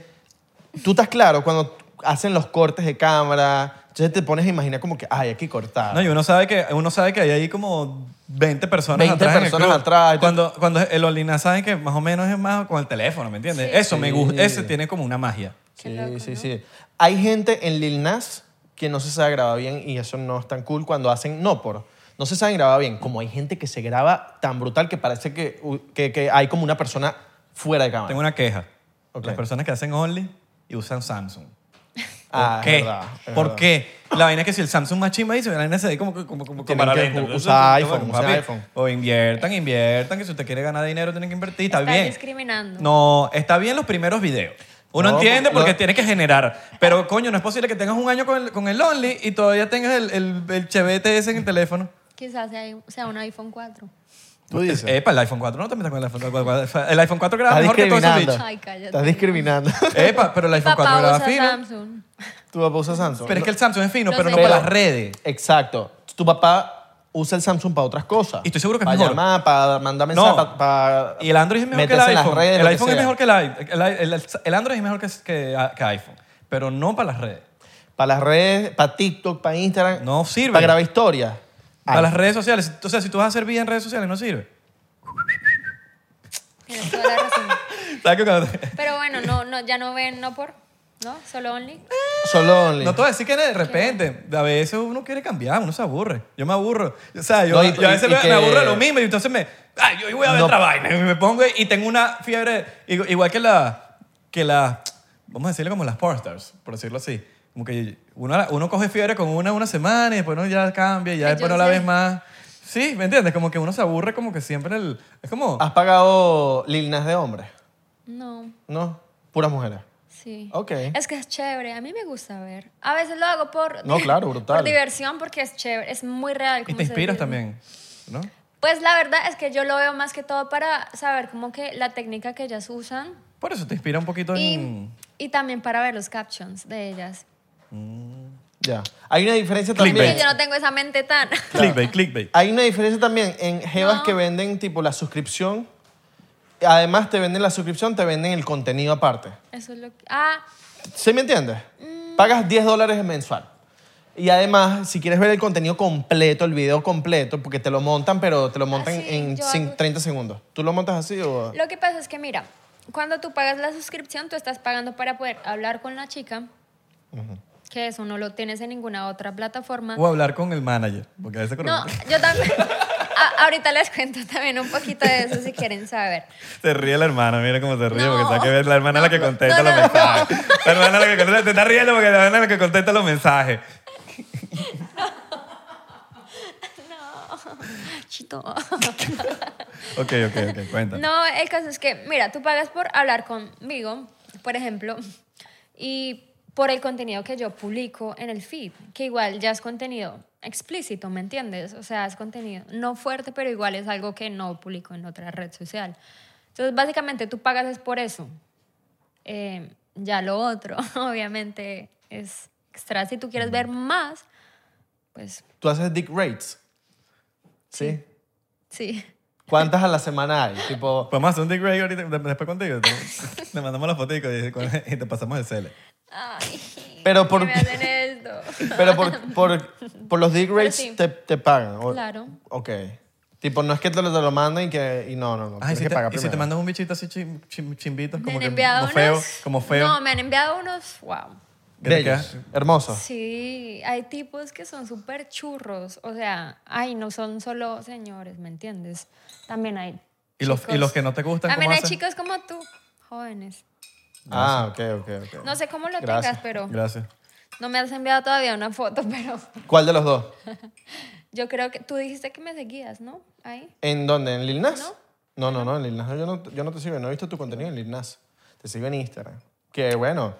tú estás claro cuando hacen los cortes de cámara, entonces te pones a imaginar como que, ay, hay que cortar. No, y uno sabe que, uno sabe que hay ahí como 20 personas 20 atrás. en el personas club. atrás. Cuando, cuando el Olina saben que más o menos es más con el teléfono, ¿me entiendes? Sí. Eso me gusta, Sí. ese tiene como una magia. sí, loco, sí, ¿no? sí. Hay gente en Lil Nas que no se sabe grabar bien y eso no es tan cool cuando hacen no por. No se saben grabar bien, como hay gente que se graba tan brutal que parece que, que, que hay como una persona fuera de cámara. Tengo una queja. Ok. Las personas que hacen Only y usan Samsung. Ah, ¿Qué? es verdad, es ¿Por verdad. qué? La vaina es que si el Samsung más chimba dice, la vaina se ve como como como como Tienen para que lento. u- Entonces, usar bueno, iPhone, usar papi, iPhone. O inviertan, inviertan, que si usted quiere ganar dinero tienen que invertir, está, Está bien. discriminando. No, está bien los primeros videos. Uno No, entiende porque- porque no. tiene que generar. Pero, coño, no es posible que tengas un año con el, con el Only y todavía tengas el, el, el chevete ese en el teléfono. Quizás sea, sea un iPhone 4. Tú dices. Epa, el iPhone 4 no también está con el iPhone 4. El iPhone 4 graba Estás Eh, mejor que todos esos bichos. discriminando. Ay, cállate. Estás discriminando. Epa, pero el iPhone 4 Papá graba usa fino. Samsung. tu papá usa Samsung. Pero es que el Samsung es fino, Lo pero no sé. para Pero- las redes. Exacto. Tu papá usa el Samsung para otras cosas. Y estoy seguro que es para mejor. llamar, para mandar mensajes, No. para, para Y el Android es mejor que el meterse en las iPhone. redes, el lo que iPhone es sea. mejor que el iPhone. El, el- el Android es mejor que, que, que iPhone, pero no para las redes. Para las redes, para TikTok, para Instagram. No sirve. Para grabar historias. Para las redes sociales. O sea, si tú vas a hacer vida en redes sociales, no sirve. Tienes toda la razón. ¿Sabes qué? Cuando- Pero bueno, no, no, ya no ven, no por, ¿no? Solo Only. Solo Only. No te voy a decir que de repente, a veces uno quiere cambiar, uno se aburre. Yo me aburro. O sea, yo, No, y- yo a veces y- y me, que- me aburro de lo mismo y entonces me. Ay, yo hoy voy a ver No. otra vaina. Y me pongo y tengo una fiebre. igu- Igual que la. Que la vamos a decirle como las porstars, por decirlo así. Como que uno, uno coge fiebre con una una semana y después uno ya cambia y ya Ay, después yo no la sé. ves más. Sí, ¿me entiendes? Como que uno se aburre como que siempre el. Es como. Ah. ¿Has pagado Lil Nas de hombres? No, ¿No? Puras mujeres. sí. Ok. Es que es chévere, a mí me gusta ver. A veces lo hago por... No, claro, brutal. Por diversión, porque es chévere, es muy real. y como te se inspiras dice. también, ¿no? Pues la verdad es que yo lo veo más que todo para saber como que la técnica que ellas usan Por eso te inspira un poquito y, en. y también para ver los captions de ellas. Ya. Hay una diferencia Y también. Clickbait. yo no tengo esa mente tan... Clickbait, clickbait. Hay una diferencia también en Jevas No. que venden tipo la suscripción. Además, te venden la suscripción, te venden el contenido aparte. Eso es lo que... Ah, ¿Sí me entiendes? Mm. Pagas 10 dólares mensual. Y además, si quieres ver el contenido completo, el video completo, porque te lo montan, pero te lo montan Así, en Ah, yo cin- hago- 30 segundos. ¿Tú lo montas así o...? Lo que pasa es que, mira, cuando tú pagas la suscripción, tú estás pagando para poder hablar con la chica, que eso no lo tienes en ninguna otra plataforma. O hablar con el manager, porque a veces con No, yo también. a- ahorita les cuento también un poquito de eso si quieren saber. Se ríe la hermana, mira cómo se ríe, No. porque sabe que la hermana es la que No, contesta no, los no, mensajes. La hermana es la que contesta, te está riendo porque la hermana es la que contesta los mensajes. Chito. Ok, ok, ok, cuéntame. No, el caso es que, mira, tú pagas por hablar conmigo, por ejemplo, y por el contenido que yo publico en el feed, que igual ya es contenido explícito, ¿me entiendes? O sea, es contenido no fuerte, pero igual es algo que no publico en otra red social. Entonces, básicamente tú pagas es por eso. Eh, ya lo otro, obviamente, es extra. Si tú quieres ver más, pues ¿Tú haces dick rates? ¿Sí? sí. ¿Cuántas a la semana hay? Tipo, Podemos hacer un Dick Ray ahorita, de- después contigo. Te, te mandamos la fotico y, y te pasamos el cele. Ay, Pero por- ¿qué me hacen esto. pero por, por, por los dick rates sí. te, te pagan. o- Claro. Ok. Tipo, no es que te lo, te lo manden y que... Y no, no, no. Ah, y tienes si que te, pagar y si te primero. mandas un bichito así chim, chim- chimbito, Me como, han que, enviado como feo, unos. como feo. Ah. No, me han enviado unos. Wow. que te Bellos, queda- hermosos. Sí, hay tipos que son súper churros. O sea, ay, no son solo señores, ¿me entiendes? También hay. ¿Y los- y chicos- los que no te gustan, También cómo hay haces? chicos como tú, jóvenes. Ah, ok, ok, ok. No sé cómo lo Gracias. tengas, pero Gracias. no me has enviado todavía una foto, pero ¿Cuál de los dos? yo creo que tú dijiste que me seguías, ¿no? Ahí. ¿En dónde? ¿En Lil Nas? No, no, no, en Lil Nas yo no, yo no te sigo, no he visto tu contenido en Lil Nas. Te sigo en Instagram. Que bueno,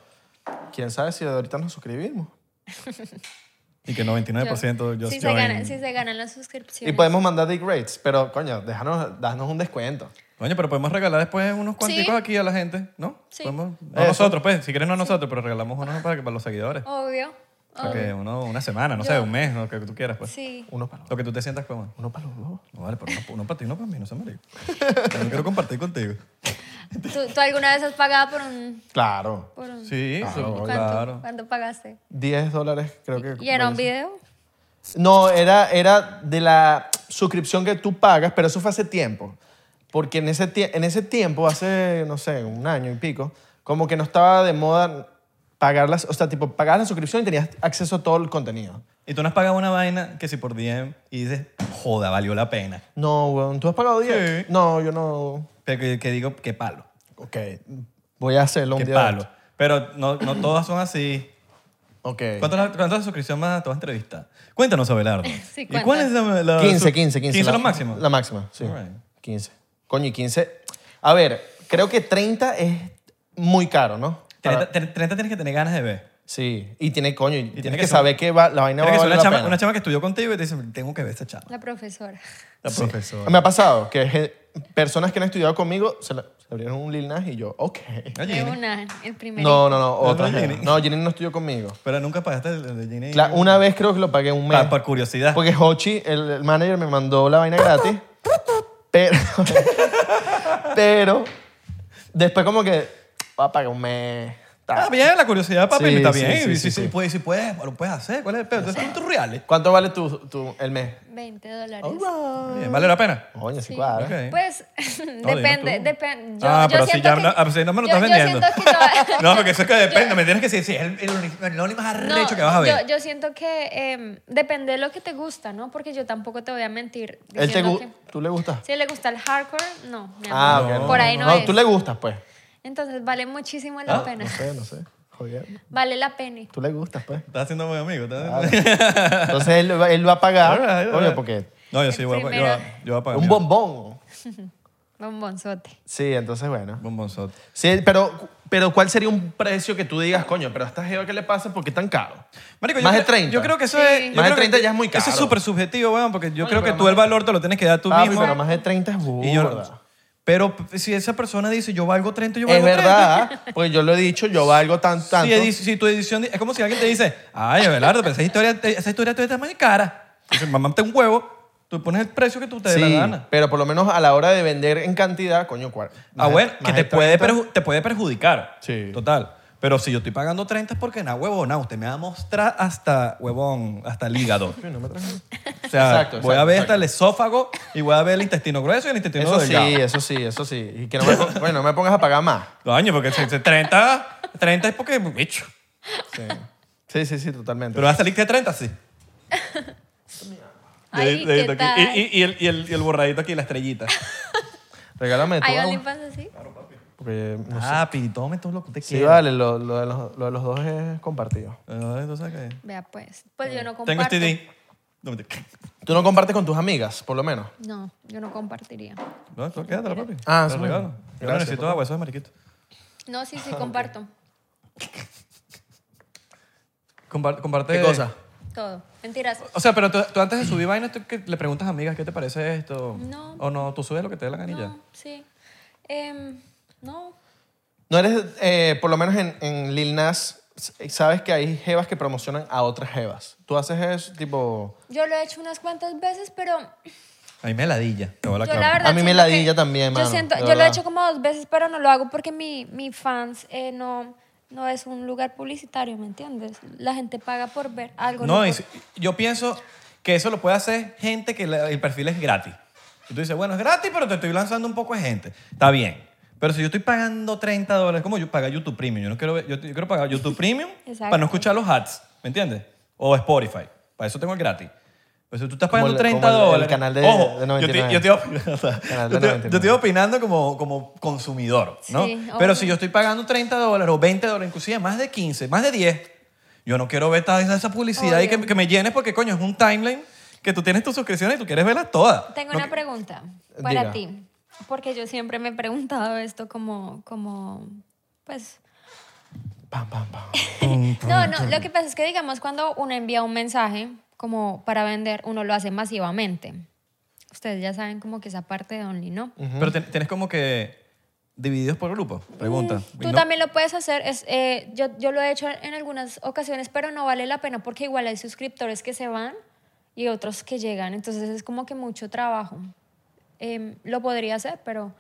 quién sabe si ahorita nos suscribimos. Y que 99% yo, si, yo se ganan, en- si se ganan las Y suscripciones. podemos mandar dick rates, pero coño, déjanos, danos un descuento. Coño, pero podemos regalar después unos cuanticos aquí a la gente, ¿no? Sí. Podemos- no a Eso. nosotros, pues. Si quieres, no a nosotros, pero regalamos unos para, que- para los seguidores. Oh, Obvio. O sea, que uno, una semana, no Yo- sé, un mes, lo que tú quieras, pues. Sí. Uno para los, Lo que tú te sientas cómodo. uno para los dos. No vale, pero uno, uno para ti, uno para mí, no se marico. Yo no quiero compartir contigo. ¿Tú, tú alguna vez has pagado por un. Claro. Por un Sí, Claro, sí, Mm. ¿cuánto, Oh, claro. ¿Cuánto pagaste? 10 dólares creo que. ¿Y era un video? No, era, era de la suscripción que tú pagas, pero eso fue hace tiempo. Porque en ese, tie- en ese tiempo, hace, no sé, un año y pico, como que no estaba de moda pagar las, o sea, tipo, pagabas la suscripción y tenías acceso a todo el contenido. Y tú no has pagado una vaina que si por DM y dices, joda, valió la pena. No, weón, ¿tú has pagado 10? Sí. No, yo no. Pero que, que digo, qué palo, Ok, voy a hacerlo un qué día. de palo. esto. Pero no, no todas son así. Ok. ¿Cuántas cuántas suscripciones más te vas a entrevistar? Cuéntanos, Abelardo. Sí, ¿Y cuál es la, la- 15, su- 15, 15. 15 es la- lo máximo. La máxima, sí. Alright. 15. Coño, y 15. A ver, creo que 30 es muy caro, ¿no? Para- 30, 30 tienes que tener ganas de ver. Sí, y tiene coño, y, tienes tiene que, que ser- saber que va, la vaina Tienes va a que ser valer una la chama, pena. una chama que estudió contigo y te dice, tengo que ver esta chama. La profesora. La profesora. Me ha pasado que je- personas que han estudiado conmigo se, la- se abrieron un Lil Nas y yo, ok. Ah, De Jenny. una, el primer. No, no, no, No, otra. no, jeva. Jenny. No, Jenny no estudió conmigo. Pero nunca pagaste el, el de Jenny. Cla- una vez creo que lo pagué un mes. Pa- por curiosidad. Porque Hochi, el, el manager, me mandó la vaina gratis. pero. pero. Después, como que. Va a pagar un mes. tal. Ah, bien, la curiosidad, papi, Sí, está sí, bien. sí, Y sí, si, sí. si puedes, si puedes, lo puedes hacer. ¿Cuál es el pedo? Entonces, son tus reales. ¿Cuánto vale tu, tu- el mes? 20 dólares. Bien, ¿Vale la pena? Coño, sí, Sí. cuadra. Ok. Pues depende, tú. depende. ah, pero si siento ya que- no, ah, si no me lo yo- estás yo vendiendo. siento que no- no, porque eso es que depende. Me tienes que decir, sí, es el, el, el Only más No, arrecho que vas a ver. Yo, yo siento que em, depende de lo que te gusta, ¿no? Porque yo tampoco te voy a mentir. Él te diciendo gu- que- ¿Tú le gustas? Si le gusta el hardcore, no. mi Ah, amor. ok. Por ahí no, es. tú le gustas, pues. Entonces vale muchísimo la Ah, pena. No sé, no sé. Joder. Vale la pena. Tú le gustas, pues. Estás haciendo muy amigo. estás- Entonces él, va- él va a pagar. All right, all Oye, right. Pues, porque. No, yo sí El voy a pagar. Yo, primero- voy a- yo voy a pagar. Un mira. bombón. Bombonzote. Sí, entonces, bueno. Bombonzote. Sí, pero, pero ¿cuál sería un precio que tú digas, coño, pero a esta jeva, ¿qué le pasa? ¿Por qué tan caro? Marico, yo Más de creo- 30. Yo creo que eso Sí. es. yo Más de creo que 30 ya es muy Eso caro. es súper subjetivo, weón, porque yo Coño, creo que pero tú más- el valor te lo tienes que dar tú Papi, mismo. pero más de 30 es burda. Y yo, pero p- si esa persona dice yo valgo 30, yo es valgo 30. verdad, porque yo lo he dicho, yo valgo tan, tanto. Si, edi- si tu edición di- es como si alguien te dice, ay, Abelardo, pero esa historia, te- esa historia todavía está más cara. Dice, mamá, te un huevo, tú pones el precio que tú te dé la sí, gana. pero por lo menos a la hora de vender en cantidad, coño, cuál. Ah, más- bueno, más que de te puede, 30. perju- te puede perjudicar. Sí. Total. Pero si yo estoy pagando 30 es porque, nada, huevón, nah, usted me va a mostrar hasta, huevón, hasta el hígado. O sea, voy Exacto, a exacto, ver exacto. hasta el esófago y voy a ver el intestino grueso y el intestino Eso delgado. sí, eso sí, eso sí. Y que no me, pon- bueno, no me pongas a pagar más. Coño, porque si- si 30, 30 es porque, bicho. Sí, sí, sí, sí, totalmente. Pero va a salir que 30, sí. Ay, Dedito- dedito ¿qué aquí. tal? Y, y- y el, y el- y el borradito aquí, la estrellita. Regálame tú. ¿Hay algo, OnlyFans así? Porque no sé. Ah, pitome todo lo que usted Sí, vale, lo, lo de los, lo de los dos es compartido. Ah, entonces, ¿qué? Vea, pues. Pues yo no Tengo comparto. este D. No, mentira. ¿Tú no compartes con tus amigas, por lo menos? No, yo no compartiría. No, tú quédatela, papi. Ah, Te sí, lo bueno. regalo. Yo no Gracias, necesito papá. agua, eso es mariquito. No, sí, sí, comparto. Comparte, comparte. ¿Qué cosa? Todo. Mentiras. O sea, pero tú, tú antes de subir vainas, tú que le preguntas a amigas, ¿qué te parece esto? No. O no, tú subes lo que te dé la ganilla. No, sí. Em, no. No eres, eh, por lo menos en, en Lil Nas, sabes que hay jevas que promocionan a otras jevas. Tú haces eso, tipo... Yo lo he hecho unas cuantas veces, pero A mí me ladilla. Te voy a la Yo clava. la verdad A mí me siento ladilla que- también, mano, Yo, siento, de yo lo verdad. he hecho como dos veces, pero no lo hago porque mi, mi fans eh, no, no es un lugar publicitario, ¿me entiendes? La gente paga por ver algo. No, por- y si- yo pienso que eso lo puede hacer gente que la- el perfil es gratis. Y tú dices, bueno, es gratis, pero te estoy lanzando un poco de gente. Está bien. Pero si yo estoy pagando 30 dólares, como yo pago YouTube Premium, yo, no quiero, ver- yo, yo quiero pagar YouTube Premium Exacto. para no escuchar los ads, ¿me entiendes? O Spotify, para eso tengo el gratis. Pero si tú estás pagando el- 30 como el- el dólares... canal de- ojo, de yo estoy- 99. Yo estoy, opinando, o sea, Canal de yo estoy- yo 99. estoy opinando como, como consumidor, ¿no? Sí, pero obvio. si yo estoy pagando 30 dólares o 20 dólares, inclusive más de 15, más de 10, yo no quiero ver toda esa, esa publicidad y que, Obvio. que me llenes porque, coño, es un timeline que tú tienes tus suscripciones y tú quieres verlas todas. Tengo No una que- pregunta para Diga. ti, porque yo siempre me he preguntado esto como, como pues... Pam, pam, pam. No, Ah, no, lo que pasa es que digamos cuando uno envía un mensaje como para vender, uno lo hace masivamente. Ustedes ya saben como que esa parte de Only, ¿no? Pero ten- tienes como que divididos por grupo. Pregunta. Y Mm, Tú no- también lo puedes hacer. Es, eh, yo, yo lo he hecho en algunas ocasiones, pero no vale la pena porque igual hay suscriptores que se van y otros que llegan. Entonces es como que mucho trabajo. Em, lo podría hacer, pero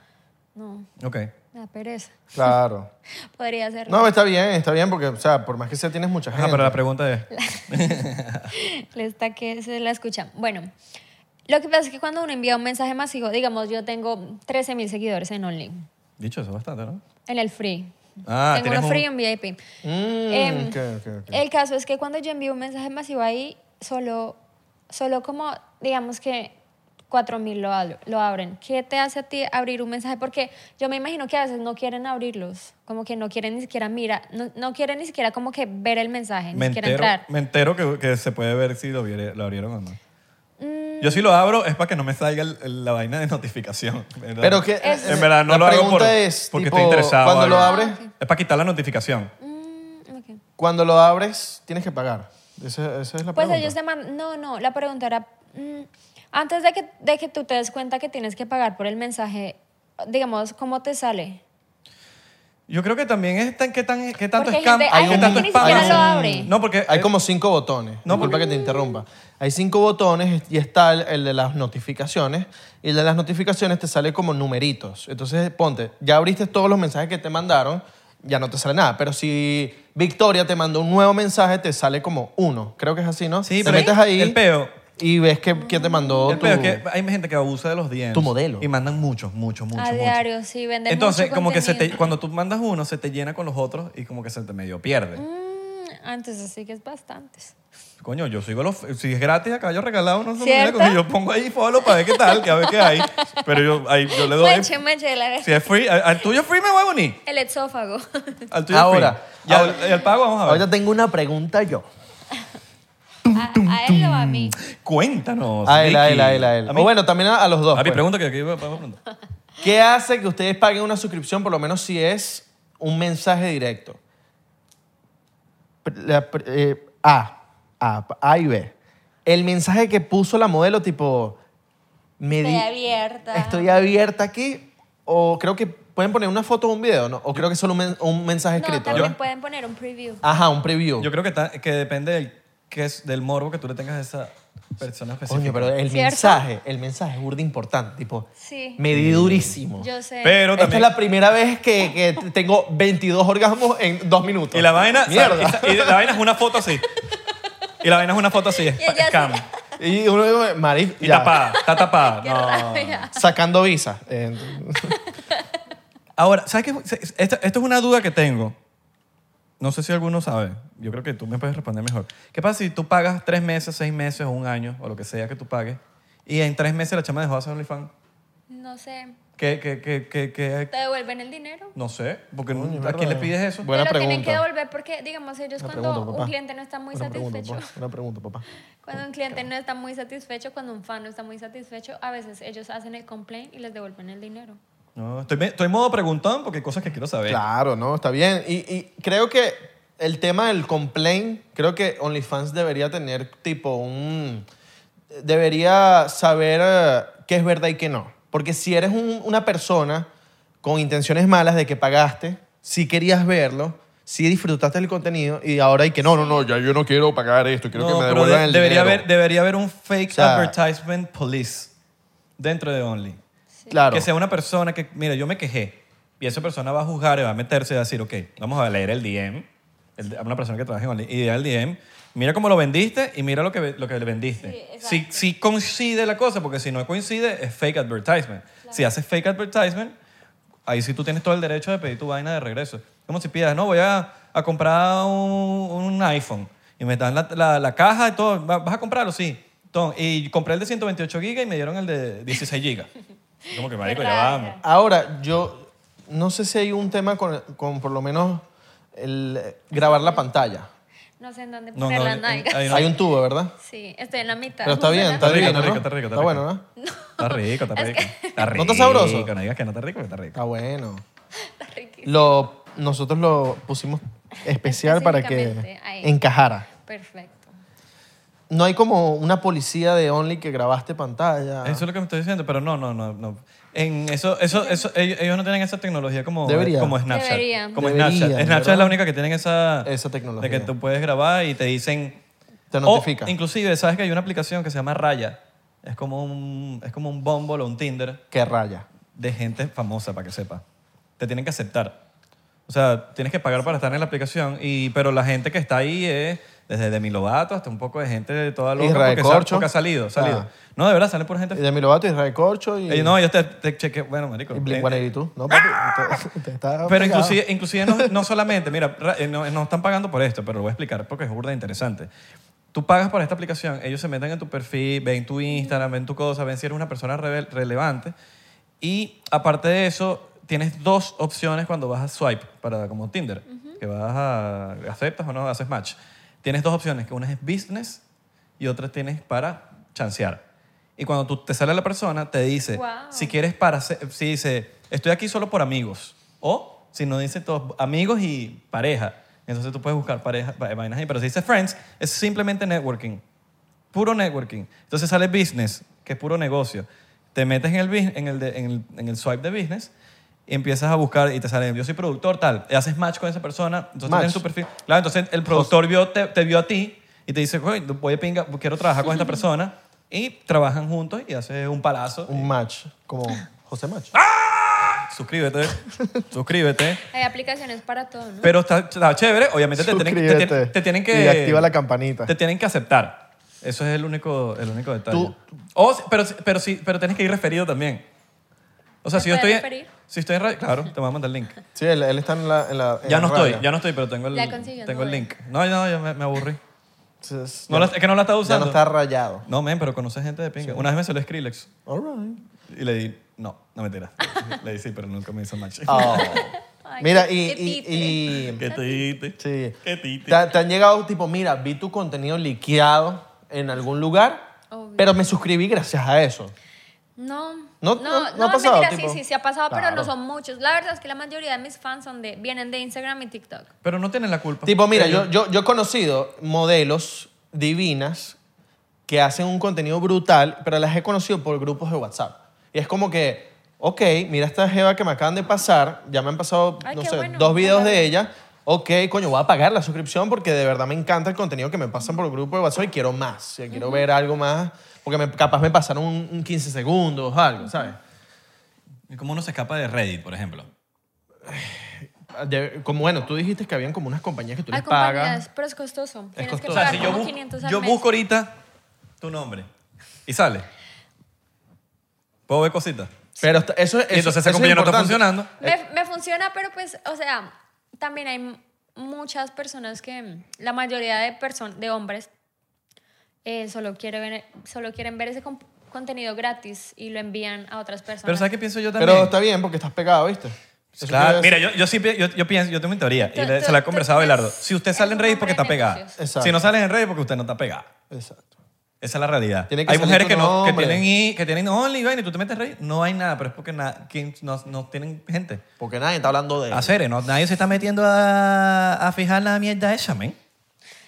no, Ok. Ah, me da pereza. Claro. Podría hacerlo. No, está bien, está bien, porque, o sea, por más que sea, tienes mucha gente. Ajá, Ah, pero la pregunta es... Esta que se la escuchan. Bueno, lo que pasa es que cuando uno envía un mensaje masivo, digamos, yo tengo 13 mil seguidores en Only, Dicho eso bastante, ¿no? en el free. Ah, tengo uno tienes free y un- un VIP. Mm, Em, ok, ok, ok. El caso es que cuando yo envío un mensaje masivo ahí, solo, solo como, digamos que 4.000 lo, ab- lo abren. ¿Qué te hace a ti abrir un mensaje? Porque yo me imagino que a veces no quieren abrirlos, como que no quieren ni siquiera mira, no, no quieren ni siquiera como que ver el mensaje, Me ni siquiera entero, entrar. Mm. me entero que, que se puede ver si lo, viere- lo abrieron o no. Yo si lo abro es para que no me salga el- el- la vaina de notificación. ¿verdad? Pero que Es- En verdad no la lo hago pregunta por- es, porque tipo, estoy interesado. Cuando o lo algo. abres, Ah, Es para quitar la notificación. Mm, ok. cuando lo abres, tienes que pagar. Esa, esa es la Pues pregunta. ellos te mandan, no, no, la pregunta era, mm, antes de que, de que tú te des cuenta que tienes que pagar por el mensaje, digamos, ¿cómo te sale? Yo creo que también es tan, qué, tan, qué tanto Porque hay spam. gente- hay qué gente tanto Ah, que ni spam. siquiera lo abre. No, porque Hay eh, como cinco botones. No, disculpa que te interrumpa. Hay cinco botones y está el, el de las notificaciones. Y el de las notificaciones te sale como numeritos. Entonces, ponte, ya abriste todos los mensajes que te mandaron, ya no te sale nada. Pero si Victoria te mandó un nuevo mensaje, te sale como uno. Creo que es así, ¿no? Sí, te pero metes ahí el peo- y ves que, quién te mandó el peor es tu- que hay gente que abusa de los DMs. tu modelo. Y mandan muchos, muchos, muchos. a muchos. diario, sí, venden Entonces, mucho como que se te- contenido. cuando tú mandas uno, se te llena con los otros y como que se te medio pierde. Mm, antes así que es bastantes. Coño, yo sigo los. Si es gratis, acá yo regalado no sé ¿Cierto? como Yo pongo ahí follow para ver qué tal, que a ver qué hay. Pero yo, ahí, yo le doy. Meche, meche, la- Si es free, al, al tuyo free me voy a unir. el exófago. Al tuyo Ahora, free. Y al- y al pago vamos a ver. Ahorita tengo una pregunta yo. a, a él o a mí. Cuéntanos. A él, a Vicky. él, a él, a él. A mí, O bueno, también a, a los dos. a mí pues. pregunta que aquí vamos a preguntar. ¿Qué hace que ustedes paguen una suscripción, por lo menos si es un mensaje directo? Pr- la pr- eh, a, A, A y B. El mensaje que puso la modelo, tipo, me Estoy di- abierta. estoy abierta aquí, o creo que pueden poner una foto o un video, ¿no? O creo que solo un, men- un mensaje No, escrito. también ¿no? pueden poner un preview. Ajá, un preview. Yo creo que, ta- que depende del, que es, del morbo que tú le tengas a esa persona específica. Coño, pero el ¿Cierto? mensaje, el mensaje es burda importante, tipo, Sí. me di durísimo. Yo sé. Pero Esta es también. la primera vez que, que tengo 22 orgasmos en dos minutos. Y la vaina. Mierda. Y la vaina es una foto así. Y la vaina es una foto así. Es Y ella cam. así. Y uno dice, Mari, Y ya, tapada. Está tapada. Qué ah. No. rabia. sacando visa. Eh, Ahora, ¿sabes qué? Se- Esto, esto es una duda que tengo. No sé si alguno sabe. Yo creo que tú me puedes responder mejor. ¿Qué pasa si tú pagas tres meses, seis meses o un año o lo que sea que tú pagues y en tres meses la chama dejó de hacer OnlyFans? No sé. ¿Qué, qué, qué, qué, qué? ¿Te devuelven el dinero? No sé. Porque Coño, ¿A verdad. quién le pides eso? Buena Te lo tienen pregunta. que devolver porque, digamos, ellos Una cuando pregunta, papá. un cliente no está muy Una pregunta, satisfecho, papá. Una pregunta, papá. cuando un cliente no está muy satisfecho, cuando un fan no está muy satisfecho, a veces ellos hacen el complaint y les devuelven el dinero. No, estoy, me- estoy en modo preguntón porque hay cosas que quiero saber. Claro, no, está bien. Y, y creo que el tema del complaint, creo que OnlyFans debería tener tipo un... Debería saber eh, qué es verdad y qué no. Porque si eres un- una persona con intenciones malas de que pagaste, si querías verlo, si disfrutaste del contenido y ahora hay que no, no, no, ya yo no quiero pagar esto, quiero que No, me pero devuelvan de- el debería dinero. haber, debería haber un fake O sea- advertisement police dentro de Only. Claro. Que sea una persona que, mira, yo me quejé y esa persona va a juzgar y va a meterse y va a decir, ok, vamos a leer el DM, el- a una persona que trabaja en Only, y lea el DM, mira cómo lo vendiste y mira lo que, ve- lo que le Sí, vendiste. exacto. Este, si, si coincide la cosa, porque si no coincide, es fake advertisement. Si haces fake advertisement, ahí sí tú tienes todo el derecho de pedir tu vaina de regreso. Como si pidas, no, voy a, a comprar un, un iPhone y me dan la, la- la caja y todo, ¿Va- ¿vas a comprarlo? Sí. Tom, y compré el de 128 gigas y me dieron el de 16 gigas. Como que marico, ya rabia. vamos. Ahora, yo no sé si hay un tema con, con por lo menos el eh, grabar la pantalla. No sé en dónde No, poner no, las en- nalgas. Ahí no. Hay un tubo, ¿verdad? Sí, estoy en la mitad. Pero está bien, Está está rico, bien. está ¿no? rico, está rico, está Está rico. bueno, ¿no? Está rico, está rico. Está rico. ¿No está sabroso? No digas que no está rico, que está rico. Está bueno. Está riquísimo. Lo, nosotros lo pusimos especial para que Específicamente, ahí. encajara. Perfecto. No hay como una policía de Only que grabaste pantalla. Eso es lo que me estoy diciendo, pero no, no, no. no. En eso, eso, eso, ellos, ellos no tienen esa tecnología como, Debería. como Snapchat. Debería. Como Debería, Snapchat. Snapchat es la ¿verdad? única que tienen esa, Esa tecnología. De que tú puedes grabar y te dicen. Te O, notifica. inclusive, sabes que hay una aplicación que se llama Raya. Es como un, es como un Bumble o un Tinder Qué raya. de gente famosa, para que sepa. Te tienen que aceptar. O sea, tienes que pagar para estar en la aplicación, y, pero la gente que está ahí es desde Demi Lovato hasta un poco de gente de toda loca Israel porque, sa- Corcho. porque ha salido, salido. Ah. No, de verdad, sale por gente... Y de Milovato, Israel Corcho y, Eh, no, yo te, te chequeé, bueno, marico. y Blink eh, ¡Ah! 182. No, papi, te- te pero está pegado. inclusive, eh, inclusive no, no solamente, mira, ra- eh, no, no están pagando por esto, pero lo voy a explicar porque es burda e interesante. Tú pagas por esta aplicación, ellos se meten en tu perfil, ven tu Instagram, ven tu cosa, ven si eres una persona revel- relevante. Y aparte de eso, tienes dos opciones cuando vas a swipe, para, como Tinder, que vas a, aceptas o no, haces match. Tienes dos opciones, que una es business y otra tienes para chancear. Y cuando tú te sale la persona, te dice, Guau. si quieres para, se- si dice, estoy aquí solo por amigos. O si no dice todos, amigos y pareja. Entonces tú puedes buscar pareja, va- vainas ahí. Pero si dice friends, es simplemente networking puro networking. Entonces sale business, que es puro negocio. Te metes en el, bus- en el, de- en el, en el swipe de business y empiezas a buscar y te sale, yo soy productor, tal. Y haces match con esa persona. Entonces Match. tienes tu perfil. Claro, entonces el productor vio, te, te vio a ti y te dice, "Oye, voy a pinga, quiero trabajar con esta persona. Y trabajan juntos y haces un palazo. Un match, como José Match. ¡Ah! Suscríbete. suscríbete. Hay aplicaciones para todo, ¿no? Pero está, está chévere. Obviamente te tienen, te Suscríbete tienen- te tienen que... Y activa la campanita. Te tienen que aceptar. Eso es el único, el único detalle. Tú- O si- pero, si- pero, si- pero tienes que ir referido también. O sea, ¿Me si yo estoy. puedes en- referir? Si estoy en radio. Claro, te voy a mandar el link. Sí, él, él está en la. en la- en Ya no radio. estoy, ya no estoy, pero tengo el, La consiguió, tengo no el ve. link. No, no, yo me, me aburrí. Entonces, No la- ya- es que no la estaba Ya usando. no está rayado. No, men, pero conoces gente de pinga. Una vez me salió Skrillex All right. y le di, no, no mentira. le di sí, pero nunca me hizo match. Oh. Ay, Mira, qué y. pite. y, y- Qué tite. sí. Qué tite. ¿Te, ha- te han llegado, tipo, mira, vi tu contenido liqueado en algún lugar, Obvio. pero me suscribí gracias a eso. No, no, No- no- no no, ha no, pasado, mentira, tipo. sí, sí, sí ha pasado, pero Claro. no son muchos. La verdad es que la mayoría de mis fans son de, vienen de Instagram y TikTok. Pero no tienen la culpa. Tipo, mira, yo, Ellos- yo, yo he conocido modelos divinas que hacen un contenido brutal, pero las he conocido por grupos de WhatsApp. Y es como que, ok, mira esta jeva que me acaban de pasar, ya me han pasado, Ay, no qué sé, bueno, dos qué videos de bueno. ella. Ok, coño, voy a pagar la suscripción porque de verdad me encanta el contenido que me pasan por el grupo de WhatsApp y quiero más. y Quiero ver algo más, porque me- capaz me pasaron un, un 15 segundos o algo, ¿sabes? Como uno se escapa de Reddit, por ejemplo. De- como bueno, tú dijiste que habían como unas compañías que tú Hay les compañías, pagas. pero es costoso. Tienes costoso. que O sea, pagar si yo, como bu- 500 al yo mes. busco ahorita tu nombre y sale. Puedo ver cositas. Pero está- eso, eso, Y entonces eso esa es compañía no está importante. funcionando. Me, me funciona, pero pues, o sea, también hay m- muchas personas que, mm, la mayoría de, person de hombres, eh, solo, quiere ver, solo quieren ver ese comp- contenido gratis y lo envían a otras personas. Pero ¿sabes qué pienso yo también? Pero está bien porque estás pegado, ¿viste? Eso Claro, quiere mira, decir- yo, yo sí pi- yo, yo pienso, yo tengo mi teoría y Tú- le- tú- se la he tú conversado a eres- Belardo. Si usted eres sale en un Reddit porque hombre está de pegada. negocios. Exacto. Si no sale en Reddit porque usted no está pegada. Exacto. Esa es la realidad. Tiene que hay salir mujeres tu que, no, que nombre. tienen i- que tienen only vaina, y tú te metes a Reddit, no hay nada, pero es porque na- que no, no tienen gente. Porque nadie está hablando de eso. Hacer, ¿no? nadie se está metiendo a, a fijar la mierda esa, men.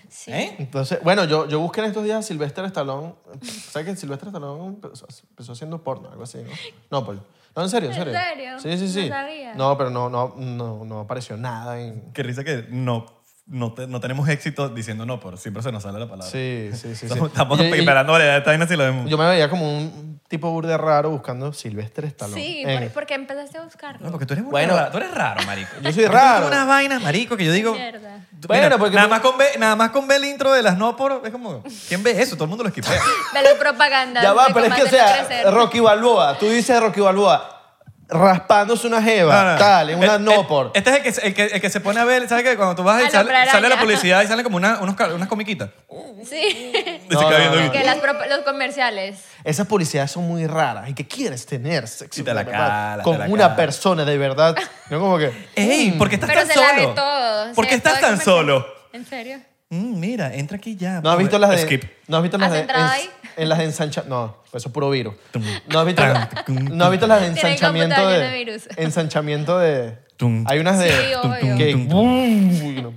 Sí. ¿Eh? Entonces, bueno, yo, yo busqué en estos días a Sylvester Stallone. ¿Sabes que Sylvester Stallone empezó, empezó haciendo porno, algo así, no? No, pues. No, en serio, en ¿En serio? serio. Sí, sí, No sí. sabía. No, pero no, no, no, no apareció nada en... Qué risa que no, no, te- no tenemos éxito diciendo no, pero siempre se nos sale la palabra. Sí, sí, sí. sí. Estamos, estamos Y- y- esperando variedad de esta vaina si lo vemos. Yo me veía como un tipo burde raro buscando Sylvester Stallone. Sí, en- por- porque empezaste a buscarlo. no, porque tú eres muy Bueno. raro, tú eres raro, marico. Yo soy Tú tienes raro. unas vainas, marico, que yo digo... Mierda. tú- Bueno, porque- Nada más, con ver, nada más con ver el intro de las no por... Es como, ¿quién ve eso? Todo el mundo lo esquipea. De las propagandas. Ya va, de pero es cómo que, o hacerlo sea, crecer. Rocky Balboa, tú dices Rocky Balboa, raspándose una jeva, No, no, no. tal, en una El- no el- por. Este es el que, se- el que, el que se pone a ver, ¿sabes? Que cuando tú vas A y la sale, playa. sale la publicidad y salen como una, unos car- unas comiquitas. Sí. Y No, se queda no, viendo no, el- que las prop- los comerciales. Esas publicidades son muy raras y que quieres tener sexo Y te la de verdad, cala, te con la una cala. persona de verdad. No como que ¡Ey! Mm. ¿Por qué estás Pero tan se solo? la ve todo. ¿Por qué sí, estás todo el tan comercial. solo? ¿En serio? Mm, mira, entra aquí ya. no has visto las de no has visto las ¿Has de entrado ens- ahí? en las de ensancha, no, pues eso es puro virus. No has visto la- tum, no has visto las de Tiene el ensanchamiento computador de, lleno de virus. ensanchamiento de Tum, hay unas de Sí, tum, obvio. que- tum, Uy, no.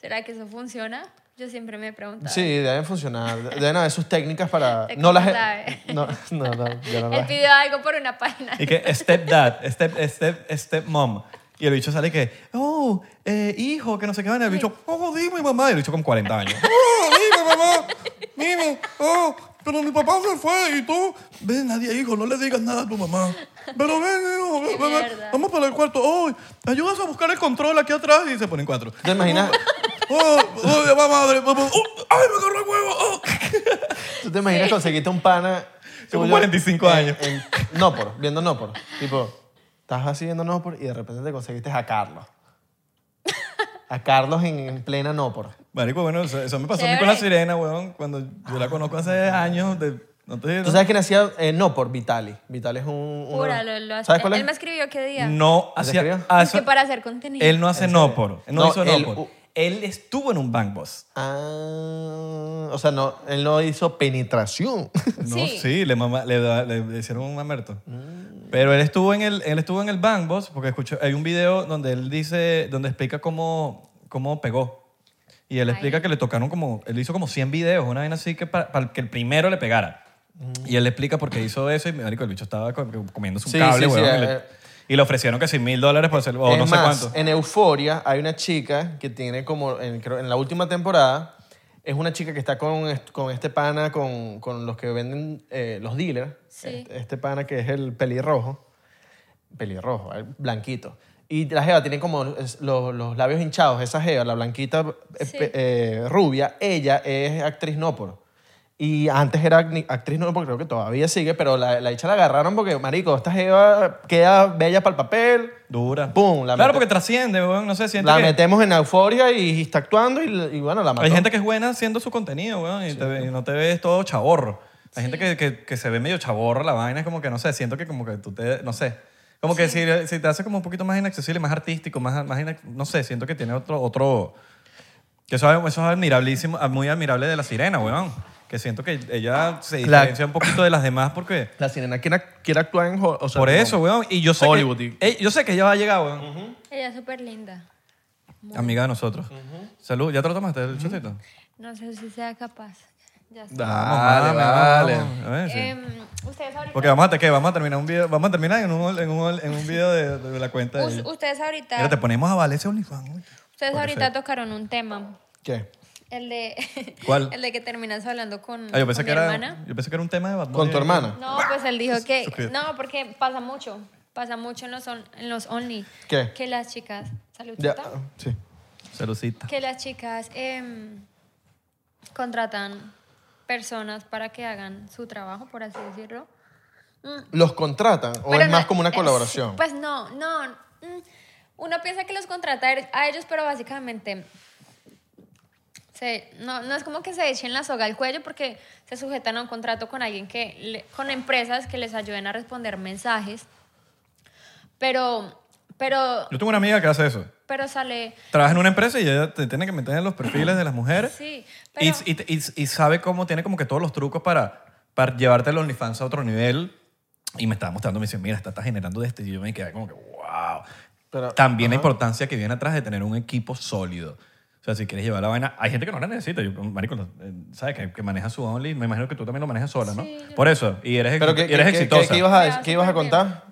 ¿Será que eso funciona? Yo siempre me he preguntado. Sí, deben funcionar, deben haber sus técnicas para Te no las clave. no no no, ya no Él las- pidió algo por una página. Y que step dad, step, step, step mom. Y el bicho sale que, oh, eh, hijo, que no sé qué van. El bicho, oh, dime mamá. Y el bicho con 40 años. Oh, dime mamá. Dime, oh, pero mi papá se fue y tú. Ven, nadie, hijo, no le digas nada a tu mamá. Pero ven, hijo, ven, ven, ven. mierda. Vamos para el cuarto. Oh, ayudas a buscar el control aquí atrás. Y se ponen cuatro. ¿Te imaginas? Oh, oh, ya va madre. Papá. Oh, ay, me agarró el huevo. Oh. ¿Tú te imaginas conseguirte un pana? Con tuyo 45 en- años. En, no por, viendo no por. Tipo, estás así viendo no por y de repente te conseguiste a Carlos. A Carlos en, en plena no por. Marico, bueno, eso, eso me pasó a mí Chévere. con la sirena, weón. Cuando yo la conozco hace años. De, ¿no te digo? ¿Tú sabes quién hacía? Eh, no, por Vitali. Vitali es un... uno- Jura, lo- lo- ¿Sabes cuál es? Él me escribió qué día. no ¿Te hacía. escribió? ah, Es que eso- para hacer contenido. él no hace no por. Él no, No, hizo él- no por. u- Él estuvo en un bank boss. Ah, o sea, no, él no hizo penetración. No, sí, Sí. le, mama- le da- le- le hicieron un mamerto. Mm. Pero él estuvo en el, él estuvo en el Bang Boss porque escuchó, hay un video donde él dice, donde explica cómo, cómo pegó. Y él explica que le tocaron como, él hizo como 100 videos, una vaina así que para, para que el primero le pegara. Mm. Y él le explica por qué hizo eso y marico, el bicho estaba co- comiéndose un Sí, cable, sí, sí, weón, y, eh, le, y le ofrecieron que 100 mil dólares por hacerlo, o es no sé más, eh, cuánto. en Euforia hay una chica que tiene como, en, creo, en la última temporada, es una chica que está con, est- con este pana, con, con los que venden eh, los dealers. Sí. Este, este pana que es el pelirrojo. Pelirrojo, eh, blanquito. Y la jeva tiene como es- los, los labios hinchados. Esa jeva, la blanquita eh, Sí. pe- eh, rubia, ella es actriz nóporo. Y antes era acni- actriz nóporo, creo que todavía sigue, pero la, la hecha la agarraron porque, marico, esta jeva queda bella para el papel. Dura. Pum, la claro, mete- porque trasciende, weón, no sé, siente La que- metemos en euforia y está actuando y, y bueno, la mató. Hay gente que es buena haciendo su contenido, weón, y, te ve- y no te ves todo chaborro. Hay gente que, que- que se ve medio chaborro la vaina, es como que, no sé, siento que como que tú te, no sé. Como que si, si te hace como un poquito más inaccesible, más artístico, más, más inac- no sé, siento que tiene otro, otro, que eso, es- eso es admirabilísimo, muy admirable de la sirena, weón. Que siento que ella se La- diferencia un poquito de las demás porque... La sirena quiere, quiere actuar en Ho- o sea, Por como- eso, weón. Y yo sé, Hollywood, que, y- Ey, yo sé que ella va a llegar, weón. Ella es súper linda. Amiga de nosotros. Salud. ¿Ya te lo tomaste el chocito? No sé si sea capaz. Ya está. Dale, Vamos, vale. vamos. A ver, sí. Em, ustedes ahorita, Porque vamos a, ¿qué? vamos a terminar un video, vamos a terminar en un, en un, en un video de, de la cuenta. de us- Mm. ella. ustedes Mira, te ahorita, ponemos a Valencia OnlyFans. güey. ustedes porque ahorita se- tocaron un tema. ¿Qué? El de, ¿Cuál? El de que terminas hablando con, Ah, yo pensé con que mi era, hermana. yo pensé que era un tema de Bad Bunny. ¿Con tu hermana? No, pues él dijo que... Suscríbete. No, porque pasa mucho. Pasa mucho en los, on- en los only. ¿Qué? Que las chicas... Ya, Saludcita. sí. Saludcita. Que las chicas em, contratan personas para que hagan su trabajo, por así decirlo. ¿Los contratan o Pero es no- más como una es- colaboración? Pues no, no. mm, Uno piensa que los contrata er, a ellos, pero básicamente se- no, no es como que se echen la soga al cuello porque se sujetan a un contrato con alguien que, le- con empresas que les ayuden a responder mensajes. Pero, pero, Yo tengo una amiga que hace eso. pero sale. Trabaja en una empresa y ella te tiene que meter en los perfiles de las mujeres. Sí, Y, pero. y- y- y sabe cómo, tiene como que todos los trucos para, para llevarte el OnlyFans a otro nivel. Y me estaba mostrando, me dice, mira, esta está generando de este. Y yo me quedé como que, wow. Pero- También la importancia que viene atrás de tener un equipo sólido. O sea, si quieres llevar la vaina, hay gente que no la necesita. Yo, marico, lo- eh, ¿sabes? Que, que maneja su Only. Me imagino que tú también lo manejas sola, ¿no? Por eso. Y eres, ¿Pero y qué, qué- eres qué- exitosa. qué- qué ibas a, Ya, qué ibas a súper bien. contar?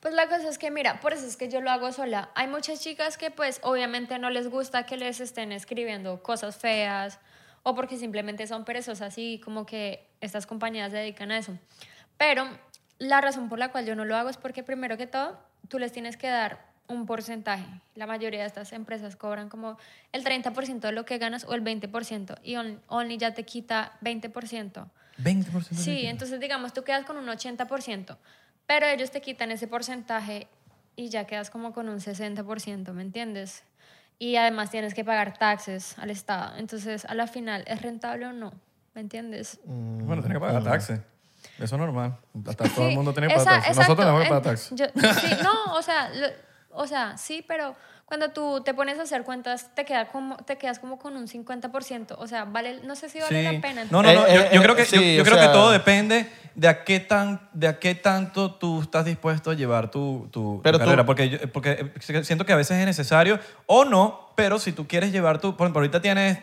Pues la cosa es que, mira, por eso es que yo lo hago sola. Hay muchas chicas que pues obviamente no les gusta que les estén escribiendo cosas feas o porque simplemente son perezosas y como que estas compañías se dedican a eso. Pero la razón por la cual yo no lo hago es porque primero que todo, tú les tienes que dar un porcentaje. La mayoría de estas empresas cobran como el 30% de lo que ganas o el 20% y On- Only ya te quita 20%. 20%. de Sí, equipo. entonces digamos, tú quedas con un 80%, pero ellos te quitan ese porcentaje y ya quedas como con un 60%, ¿me entiendes? Y además tienes que pagar taxes al Estado. Entonces, a la final, ¿es rentable o no? ¿Me entiendes? Mm. Bueno, tienes que Mm. pagar taxi. Eso es normal. Hasta todo el Sí, mundo tiene que esa- pagar taxi. Nosotros exacto. tenemos que En- pagar taxi. yo- sí, no, o sea, lo- o sea, sí, pero cuando tú te pones a hacer cuentas, te, queda como, te quedas como con un 50%. O sea, vale, no sé si vale Sí. la pena. No, no, no. Eh, yo, eh, yo eh, creo que, yo- sí, yo o creo que sea- todo depende de a qué tan de a qué tanto tú estás dispuesto a llevar tu, tu, tu Pero tú- carrera. Porque, yo- porque eh, siento que a veces es necesario o no, pero si tú quieres llevar tu... Por ejemplo, ahorita tienes,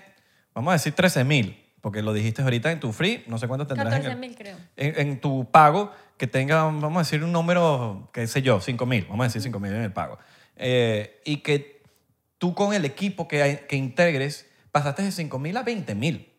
vamos a decir, 13 mil. Porque lo dijiste ahorita en tu free, no sé cuánto tendrás. en el- 14.000 creo. En, en tu pago que tenga, vamos a decir, un número, qué sé yo, 5 mil. Vamos a decir 5 mil en el pago. Eh, y que tú con el equipo que, hay- que integres pasaste de 5 mil a 20 mil.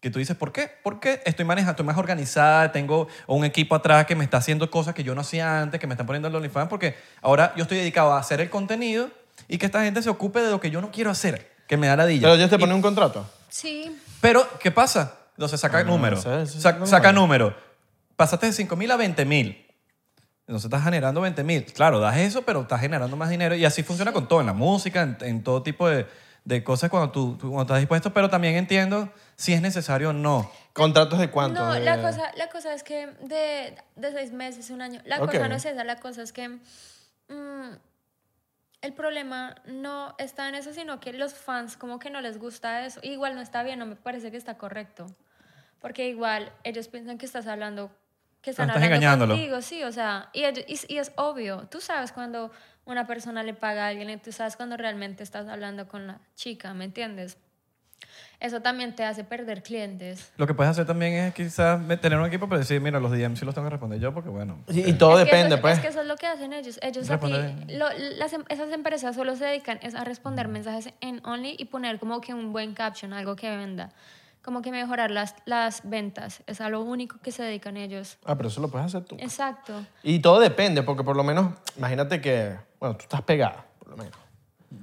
Que tú dices, ¿por qué? Porque estoy manejando, estoy más organizada, tengo un equipo atrás que me está haciendo cosas que yo no hacía antes, que me están poniendo en el OnlyFans, porque ahora yo estoy dedicado a hacer el contenido y que esta gente se ocupe de lo que yo no quiero hacer, que me da la Pero ellos te ponen un contrato. Sí, pero, ¿qué pasa? Entonces saca números. sí, sí, Sa- normal. saca números. Pasaste de 5 mil a 20 mil. Entonces estás generando 20 mil. Claro, das eso, pero estás generando más dinero. Y así funciona con todo, en la música, en, en todo tipo de, de cosas cuando tú, tú- cuando estás dispuesto, pero también entiendo si es necesario o no. ¿Contratos de cuánto? eh. No, De- la cosa, la cosa es que de, de seis meses, un año. La Ok. cosa no es esa, la cosa es que mm, el problema no está en eso, sino que los fans como que no les gusta eso. Igual no está bien, no me parece que está correcto. Porque igual ellos piensan que estás hablando, que están estás hablando engañándolo. contigo, sí, o sea, y, ellos- y- y es obvio. Tú sabes cuando una persona le paga a alguien, y tú sabes cuando realmente estás hablando con la chica, ¿me entiendes? Eso también te hace perder clientes. Lo que puedes hacer también es quizás me- tener un equipo para decir, mira, los DM sí los tengo que responder yo porque, bueno, Y, y todo Es que depende, eso, pues. Es que eso es lo que hacen ellos. Ellos a ti, Responde. lo- las em- esas empresas solo se dedican es a responder Mm. mensajes en Only y poner como que un buen caption, algo que venda. Como que mejorar las, las ventas. Es a lo único que se dedican ellos. Ah, pero eso lo puedes hacer tú. Exacto. Y todo depende, porque por lo menos, imagínate que, bueno, tú estás pegada, por lo menos.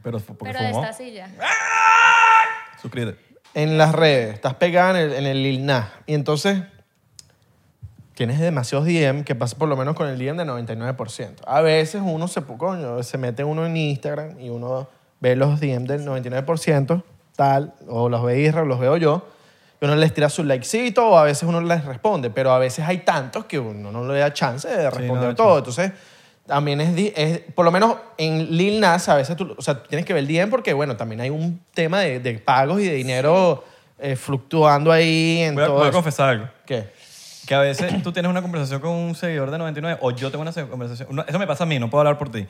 pero fu- porque Pero de fumó. esta silla. Suscríbete. En las redes, estás pegada en el, en el Lil Nas, Y entonces, tienes demasiados DM que pasa por lo menos con el DM de 99%. A veces uno se, coño, se mete uno en Instagram y uno ve los DM del 99%, tal, o los ve Israel, los veo yo, y uno les tira su likecito o a veces uno les responde, pero a veces hay tantos que uno no le da chance de no responder da todo. Entonces, también es, di- es- por lo menos en Lil Nas, a veces tú, o sea, tú tienes que ver el DM porque, bueno, también hay un tema de, de pagos y de dinero eh, fluctuando ahí en Voy a, todo voy a eso. confesar algo. ¿Qué? Que a veces tú tienes una conversación con un seguidor de 99 o yo tengo una se- conversación. no, eso me pasa a mí, no puedo hablar por ti.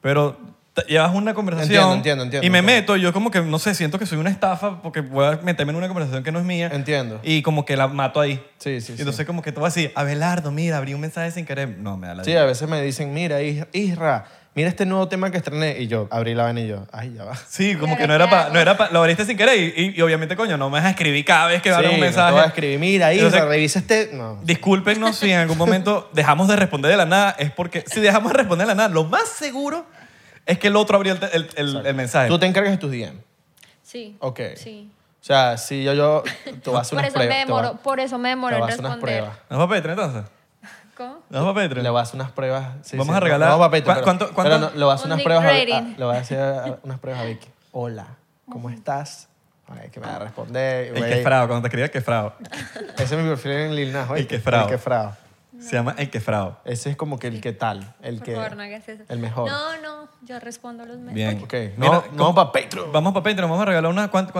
Pero te- llevas una conversación Entiendo, entiendo, entiendo, y me entiendo. meto y yo como que, no sé, siento que soy una estafa porque voy a meterme en una conversación que no es mía. Entiendo. Y como que la mato ahí. Sí, sí, Y sí. entonces como que tú vas así, Abelardo, mira, abrí un mensaje sin querer. No, me da la Sí, a veces me dicen, mira, Is- Isra, mira este nuevo tema que estrené. Y yo abrí la vena y yo, ay, ya va. Sí, como Claro, que no era para, claro. no era pa- lo abriste sin querer y, y- y obviamente, coño, no me vas a escribir cada vez que Sí, abres un no mensaje. te voy a escribir, mira, Isra, Entonces, revisa este. No. Discúlpenos si en algún momento dejamos de responder de la nada, es porque si dejamos de responder de la nada, lo más seguro es que el otro abrió el, te- el- el- el mensaje. Tú te encargas de tus DM. Sí. Ok. Sí. O sea, si yo, yo, te voy a hacer Por unas eso, me pruebas. te voy a- demoro, por eso me te demoro en voy a hacer unas responder. pruebas. ¿Nos va a Patreon entonces? ¿Cómo? ¿Nos va a Le Patreon? voy a hacer unas pruebas. sí, Vamos sí, a no, regalar- No, vamos a Patreon, ¿Cuá- pero- cuánto- cuánto- pero no, le voy a hacer Un unas Nick pruebas a, Vicky. rating. le voy a hacer a- unas pruebas a Vicky. Hola, ¿cómo estás? Ay, que me va a responder. El güey. quefrado, cuando te escribí el quefrado. Ese es mi perfil en Lil Nas. ¿oíste? quefrao. El quefrao. Se llama el quefrado. Ese es como que el que tal. El Por que, favor, no hagas eso. El mejor. No, no. Yo respondo los mensajes. Bien. Ok, Mira, no, ¿cómo- vamos para Patreon. Vamos para Patreon, vamos a regalar unas cuantas,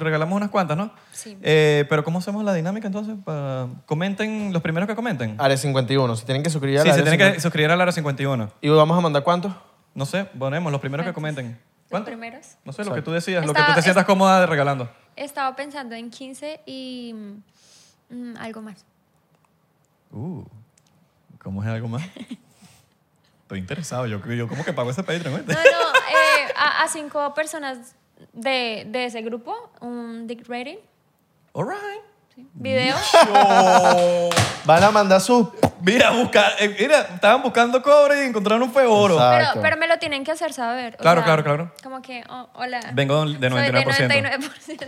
regalamos unas cuantas, ¿no? Sí. Eh, Pero ¿cómo hacemos la dinámica entonces? Para- comenten, los primeros que comenten. Área 51. Se tienen que suscribir a sí, Ah, la se Área tienen que 51. suscribir a la hora 51. ¿Y vamos a mandar cuántos? No sé, ponemos los primeros que comenten. ¿Los ¿Cuánto? primeros? No sé, lo que tú decidas, lo que Estaba- tú te es- sientas cómoda de regalando. Estaba pensando en 15 y mm, mm, algo más. Uh, ¿cómo es algo más? Estoy interesado, yo, yo como que pago ese Patreon. No, ¿oíste? no, eh, a, a cinco personas de, de ese grupo, un dick rating, All right. video. Van a mandar sus... Mira, buscar, eh, mira, estaban buscando cobre y encontraron fue oro. Exacto. Pero, pero me lo tienen que hacer saber. o Ah, Claro, sea, claro, claro. Como que, oh, hola. Vengo de 99%. Soy de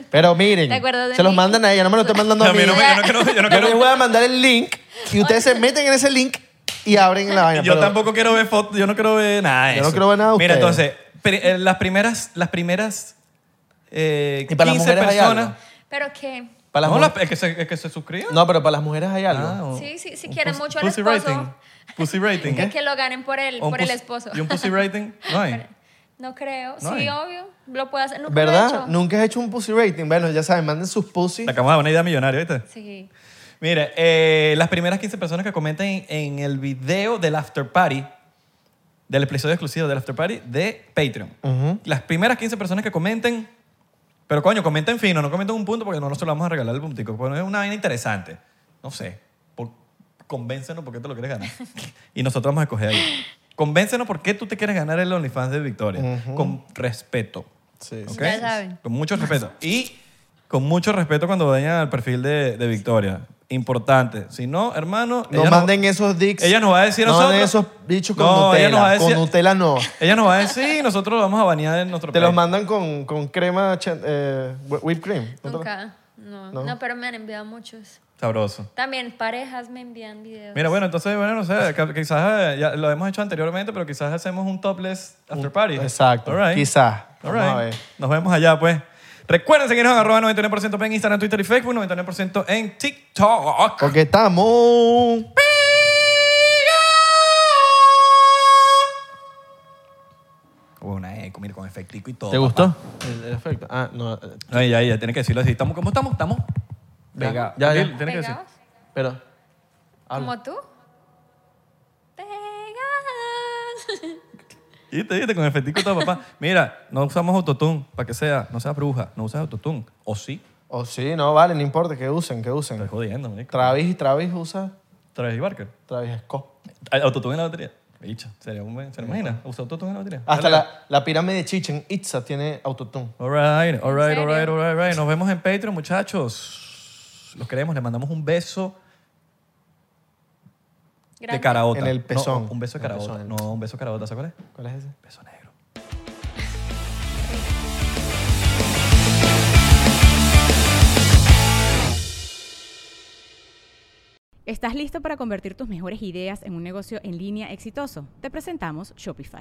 99%. Pero miren, ¿Te acuerdas de se los mí? mandan a ella, no me lo estoy mandando a A mí. mí no me- yo no quiero- yo no quiero- les voy a mandar el link y ustedes se meten en ese link y abren la vaina. Yo pero- tampoco quiero ver fotos, yo no quiero ver nada de Yo no eso. quiero ver nada de Mira, ustedes. entonces, pri- eh, las primeras, las primeras eh, ¿Y para las 15 mujeres hay personas. algo? Pero que, Para las no, mu- las- el, que se, el que se suscriba. No, pero para las mujeres hay algo. Ah, o- sí, sí, si un quieren pus- mucho al pussy esposo, rating. Pussy rating. que, que lo ganen por el, O un por el pus- esposo. ¿Y un pussy rating? No hay. No creo. No sí, hay. obvio. Lo puedo hacer. Nunca lo he ¿Verdad? hecho. Nunca has hecho un pussy rating. Bueno, ya saben, manden sus pussy. Te acabamos de dar una idea millonaria, ¿viste? Sí. Mira, eh, las primeras 15 personas que comenten en el video del after party, del episodio exclusivo del after party de Patreon. Ujú. Las primeras 15 personas que comenten, pero coño, comenten fino, no comenten un punto porque no nosotros le vamos a regalar el puntico. Bueno, es una vaina interesante. No sé. Por, convéncenos por qué te lo quieres ganar. y nosotros vamos a escoger ahí. Convéncenos por qué tú te quieres ganar el OnlyFans de Victoria. Con respeto. Sí, sí. ¿ok? Ya saben. Con mucho respeto. Y con mucho respeto cuando vayan al perfil de, de Victoria. Importante. Si no, hermano. No ella manden esos dicks. Ella nos va a decir a No manden esos nosotros- bichos con No, ella Nutella. nos va a decir- Con Nutella no. Ella nos va a decir y nosotros lo vamos a banear en nuestro Te los país. mandan con, con crema, chen- eh, whi- whipped cream. ¿No te lo- Nunca. No. ¿No? no, pero me han enviado muchos. Sabroso. También parejas me envían videos. Mira, bueno, entonces, bueno, no sé, ca- quizás eh, ya lo hemos hecho anteriormente, pero quizás hacemos un topless after party. Exacto. All right. Quizás. All Vamos a right. ver. Nos vemos allá, pues. Recuerden seguirnos en arroba 99% en Instagram, Twitter y Facebook, 99% en TikTok. Porque estamos. Una eco, mira, con efectico y todo. ¿Te gustó? El, el efecto. Ah, no. eh, No, ya, ya, tiene que decirlo así. ¿Estamos, ¿Cómo estamos? ¿Estamos? Pega- Ya, ya, ya. ya. Tiene que decir. ¿Pegados? Pero. ¿Como tú? Pegados. Y te con efectico y todo, papá. Mira, no usamos autotune, para que sea, no seas bruja, no usas autotune. O sí, O oh, sí, no, vale, no importa, que usen, que estás usen. jodiendo, marico. Travis y Travis usa Travis Barker. Travis Scott. Autotune en la batería. Bicho, sería un buen, ¿se lo imagina? Usa autotune en la batería. Hasta la, la pirámide de Chichen Itza tiene autotune. All right, all right, serio? all right, all right, all right. Nos vemos en Patreon, muchachos. Los queremos, les mandamos un beso de Grande. caraota. En el No, pezón. un beso de En el caraota. pezón. No, un beso de caraota, ¿sabes cuál es? ¿Cuál es ese? Beso negro. ¿Estás listo para convertir tus mejores ideas en un negocio en línea exitoso? Te presentamos Shopify.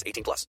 18 plus.